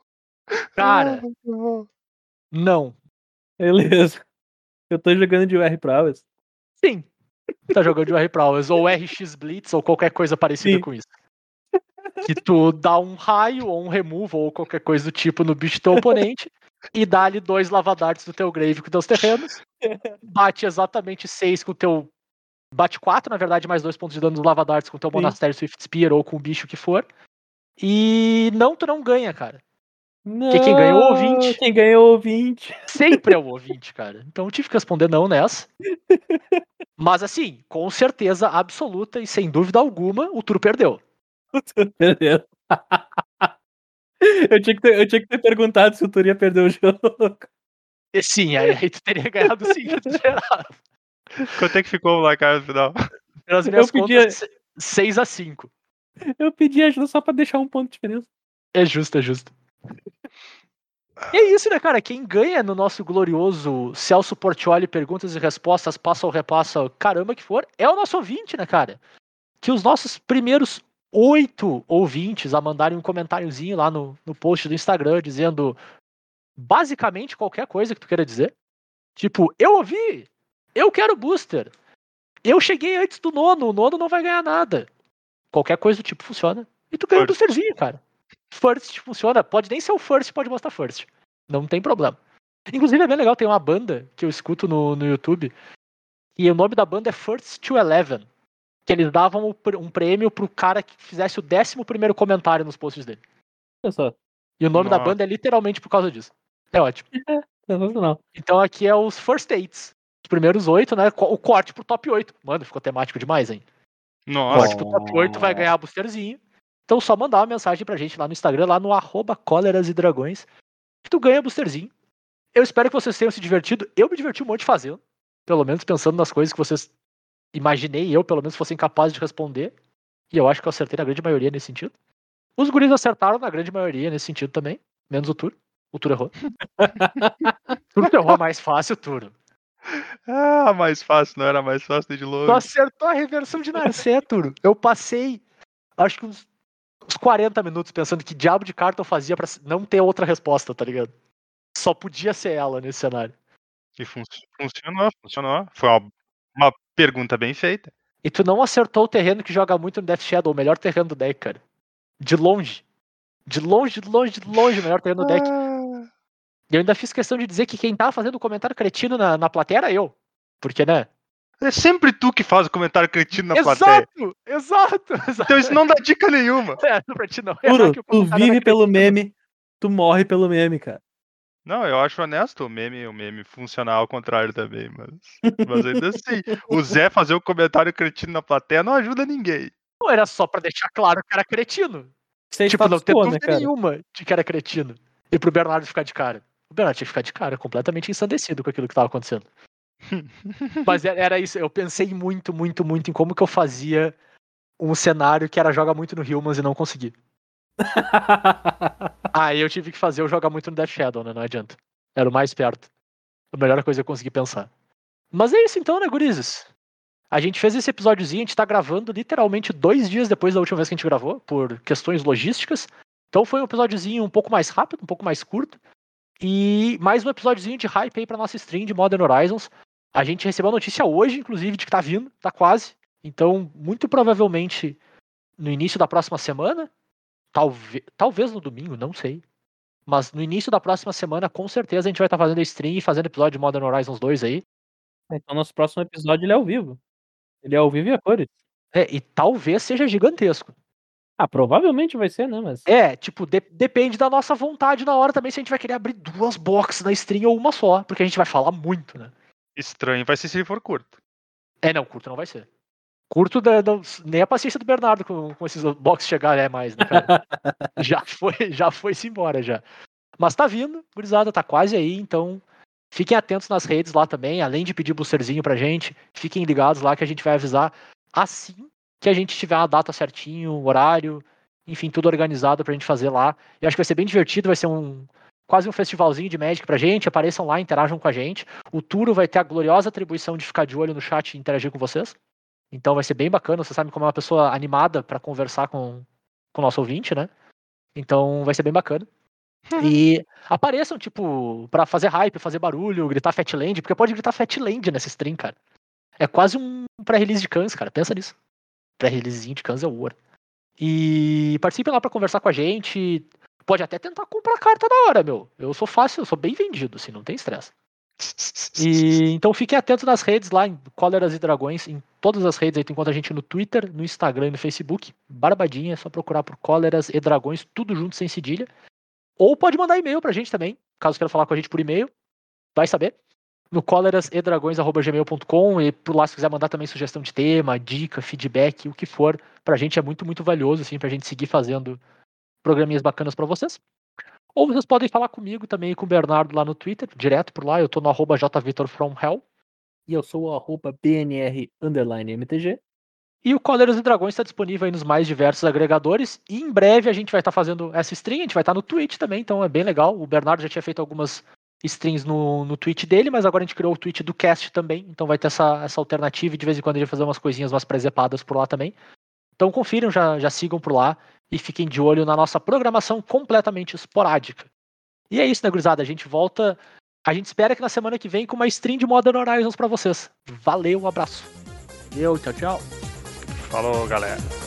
Speaker 3: Cara,
Speaker 2: muito bom.
Speaker 3: não.
Speaker 4: Beleza. Eu tô jogando de UR Prowess.
Speaker 3: Sim. Tá jogando de R Prowess ou RX Blitz ou qualquer coisa parecida
Speaker 4: Sim.
Speaker 3: com isso. Que tu dá um raio ou um removal ou qualquer coisa do tipo no bicho do teu oponente e dá-lhe dois lavadartes do teu grave com teus terrenos. Bate exatamente seis com o teu. Bate quatro, na verdade, mais dois pontos de dano do lavadartes com o teu
Speaker 4: Sim.
Speaker 3: monastério Swift Spear ou com o bicho que for. E não, tu não ganha, cara.
Speaker 4: Não,
Speaker 3: quem ganha é o ouvinte.
Speaker 4: Quem ganha é o ouvinte.
Speaker 3: Sempre é o ouvinte, cara. Então eu tive que responder não nessa. Mas assim, com certeza absoluta e sem dúvida alguma, o Turo perdeu.
Speaker 4: Beleza. Eu tinha, que ter, eu tinha que ter perguntado se o Turi ia perder o jogo.
Speaker 3: E sim, aí, aí tu teria ganhado sim, no geral.
Speaker 2: Quanto é que ficou lá, cara, no final?
Speaker 3: Pelas minhas
Speaker 4: podia-
Speaker 3: contas, 6 a 5
Speaker 4: Eu pedi ajuda só pra deixar um ponto de diferença.
Speaker 3: É justo, é justo. E é isso, né, cara? Quem ganha no nosso glorioso Celso Portioli Perguntas e Respostas, passa ou repassa, caramba que for, é o nosso ouvinte, né, cara? Que os nossos primeiros oito ouvintes a mandarem um comentáriozinho lá no, no post do Instagram dizendo basicamente qualquer coisa que tu queira dizer. Tipo, eu ouvi, eu quero booster, eu cheguei antes do nono, o nono não vai ganhar nada. Qualquer coisa do tipo funciona. E tu ganha um
Speaker 2: First.
Speaker 3: boosterzinho, cara. First funciona, pode nem ser o First, pode mostrar First. Não tem problema. Inclusive é bem legal, tem uma banda que eu escuto no, no YouTube, e o nome da banda é First to Eleven. Que eles davam o pr- um prêmio pro cara que fizesse o décimo primeiro comentário nos posts dele.
Speaker 4: Olha só,
Speaker 3: E o nome da
Speaker 2: Nossa.
Speaker 3: banda é literalmente por causa disso. É ótimo.
Speaker 4: sensacional.
Speaker 3: Então aqui é os First Eights. Os primeiros oito, né? co- O corte pro top 8. Mano, ficou temático demais, hein?
Speaker 2: Nossa,
Speaker 3: Corte pro top 8 Tipo, tá vai ganhar boosterzinho. Então só mandar uma mensagem pra gente lá no Instagram, lá no arroba cóleras e dragões, que tu ganha boosterzinho. Eu espero que vocês tenham se divertido. Eu me diverti um monte fazendo. Pelo menos pensando nas coisas que vocês imaginei eu, pelo menos, fossem capazes de responder. E eu acho que eu acertei na grande maioria nesse sentido. Os guris acertaram na grande maioria nesse sentido também. Menos o Turo. O Turo errou. o Turo errou mais fácil, Turo.
Speaker 2: Ah, mais fácil, não era mais fácil nem de
Speaker 3: Tu
Speaker 2: longe.
Speaker 3: acertou a reversão de Narcé, Turo. Eu passei, acho que uns uns 40 minutos pensando que diabo de carta eu fazia pra não ter outra resposta, tá ligado? Só podia ser ela nesse cenário.
Speaker 2: E fun- funcionou, funcionou. Foi uma, uma pergunta bem feita.
Speaker 3: E tu não acertou o terreno que joga muito no Death Shadow, o melhor terreno do deck, cara. De longe. De longe, de longe, de longe, o melhor terreno do deck.
Speaker 2: Ah,
Speaker 3: E eu ainda fiz questão de dizer que quem tava fazendo o comentário cretino na, na plateia era eu. Porque, né?
Speaker 2: É sempre tu que faz o comentário cretino na
Speaker 3: exato,
Speaker 2: plateia.
Speaker 3: exato! Exato!
Speaker 2: Então isso não dá dica nenhuma.
Speaker 3: É, pra ti não. errar
Speaker 4: Juro,
Speaker 3: que o
Speaker 4: tu
Speaker 3: comentário é
Speaker 4: vive
Speaker 3: era
Speaker 4: pelo
Speaker 3: cretino.
Speaker 4: meme, tu morre pelo meme, cara.
Speaker 2: Não, eu acho honesto o meme, o meme funcionar ao contrário também, mas, mas ainda assim, o Zé fazer o comentário cretino na plateia não ajuda ninguém.
Speaker 3: Não era só pra deixar claro que era cretino.
Speaker 4: Isso aí
Speaker 3: tipo, não ter
Speaker 4: participou, né,
Speaker 3: dúvida
Speaker 4: cara?
Speaker 3: nenhuma de que era cretino. E pro Bernardo ficar de cara. O Bernardo tinha que ficar de cara, completamente ensandecido com aquilo que tava acontecendo. Mas era- era isso, eu pensei muito, muito, muito em como que eu fazia um cenário que era joga muito no Humans e não consegui. Aí eu tive que fazer o jogar muito no Death Shadow, né? Não adianta. Era o mais perto. A melhor coisa que eu consegui pensar. Mas é isso então, né, gurizes? A gente fez esse episódiozinho, a gente tá gravando literalmente dois dias depois da última vez que a gente gravou, por questões logísticas. Então foi um episódiozinho um pouco mais rápido, um pouco mais curto. E mais um episódiozinho de hype aí pra nossa stream de Modern Horizons. A gente recebeu a notícia hoje, inclusive, de que tá vindo, tá quase. Então, muito provavelmente no início da próxima semana, talvez, talvez no domingo, não sei. Mas no início da próxima semana, com certeza, a gente vai estar fazendo stream e fazendo episódio de Modern Horizons 2 aí.
Speaker 4: Então nosso próximo episódio ele é ao vivo. Ele é ao vivo e a cores.
Speaker 3: É, e talvez seja gigantesco.
Speaker 4: Ah, provavelmente vai ser, né? Mas
Speaker 3: É, tipo, de- depende da nossa vontade na hora também se a gente vai querer abrir duas boxes na stream ou uma só, porque a gente vai falar muito, né?
Speaker 2: Estranho vai ser se ele for curto.
Speaker 3: É, não, curto não vai ser. Curto da- da- nem a paciência do Bernardo com, com esses box chegar é mais, né, cara? já foi, já foi-se embora já. Mas tá vindo, gurizada, tá quase aí, então fiquem atentos nas redes lá também, além de pedir boosterzinho pra gente, fiquem ligados lá que a gente vai avisar assim que a gente tiver a data certinho, o horário, enfim, tudo organizado pra gente fazer lá. E acho que vai ser bem divertido, vai ser um quase um festivalzinho de Magic pra gente, apareçam lá, interajam com a gente. O Turo vai ter a gloriosa atribuição de ficar de olho no chat e interagir com vocês. Então vai ser bem bacana. Você sabe como é uma pessoa animada para conversar com, com o nosso ouvinte, né? Então vai ser bem bacana. E apareçam, tipo, pra fazer hype, fazer barulho, gritar Fatland, porque pode gritar Fatland nessa stream, cara. É quase um pré-release de Cans, cara. Pensa nisso. Pré-releasezinho de Cans é o ouro. E participem lá pra conversar com a gente. Pode até tentar comprar carta na hora, meu. Eu sou fácil, eu sou bem vendido, assim, não tem estresse. E então fiquem atentos nas redes lá, em Cóleras e Dragões, em todas as redes aí, tu encontra a gente no Twitter, no Instagram e no Facebook. Barbadinha, é só procurar por Cóleras e Dragões, tudo junto sem cedilha. Ou pode mandar e-mail pra gente também, caso queira falar com a gente por e-mail, vai saber. No colerasedragões.gmail.com e por lá se quiser mandar também sugestão de tema, dica, feedback, o que for, pra gente é muito, muito valioso, assim, pra gente seguir fazendo programinhas bacanas pra vocês. Ou vocês podem falar comigo também e com o Bernardo lá no Twitter, direto por lá. Eu tô no arroba jvitorfromhell.
Speaker 4: e eu sou o arroba BNR underline MTG.
Speaker 3: E o Coleiros e Dragões está disponível aí nos mais diversos agregadores. E em breve a gente vai estar fazendo essa stream, a gente vai estar no Twitch também, então é bem legal. O Bernardo já tinha feito algumas streams no, no Twitch dele, mas agora a gente criou o Twitch do cast também, então vai ter essa, essa alternativa e de vez em quando a gente vai fazer umas coisinhas umas presepadas por lá também. Então confiram, já, já sigam por lá e fiquem de olho na nossa programação completamente esporádica. E é isso, né, gurizada? A gente volta. A gente espera que na semana que vem com uma stream de Modern Horizons pra vocês. Valeu, um abraço. Valeu, tchau, tchau.
Speaker 2: Falou, galera.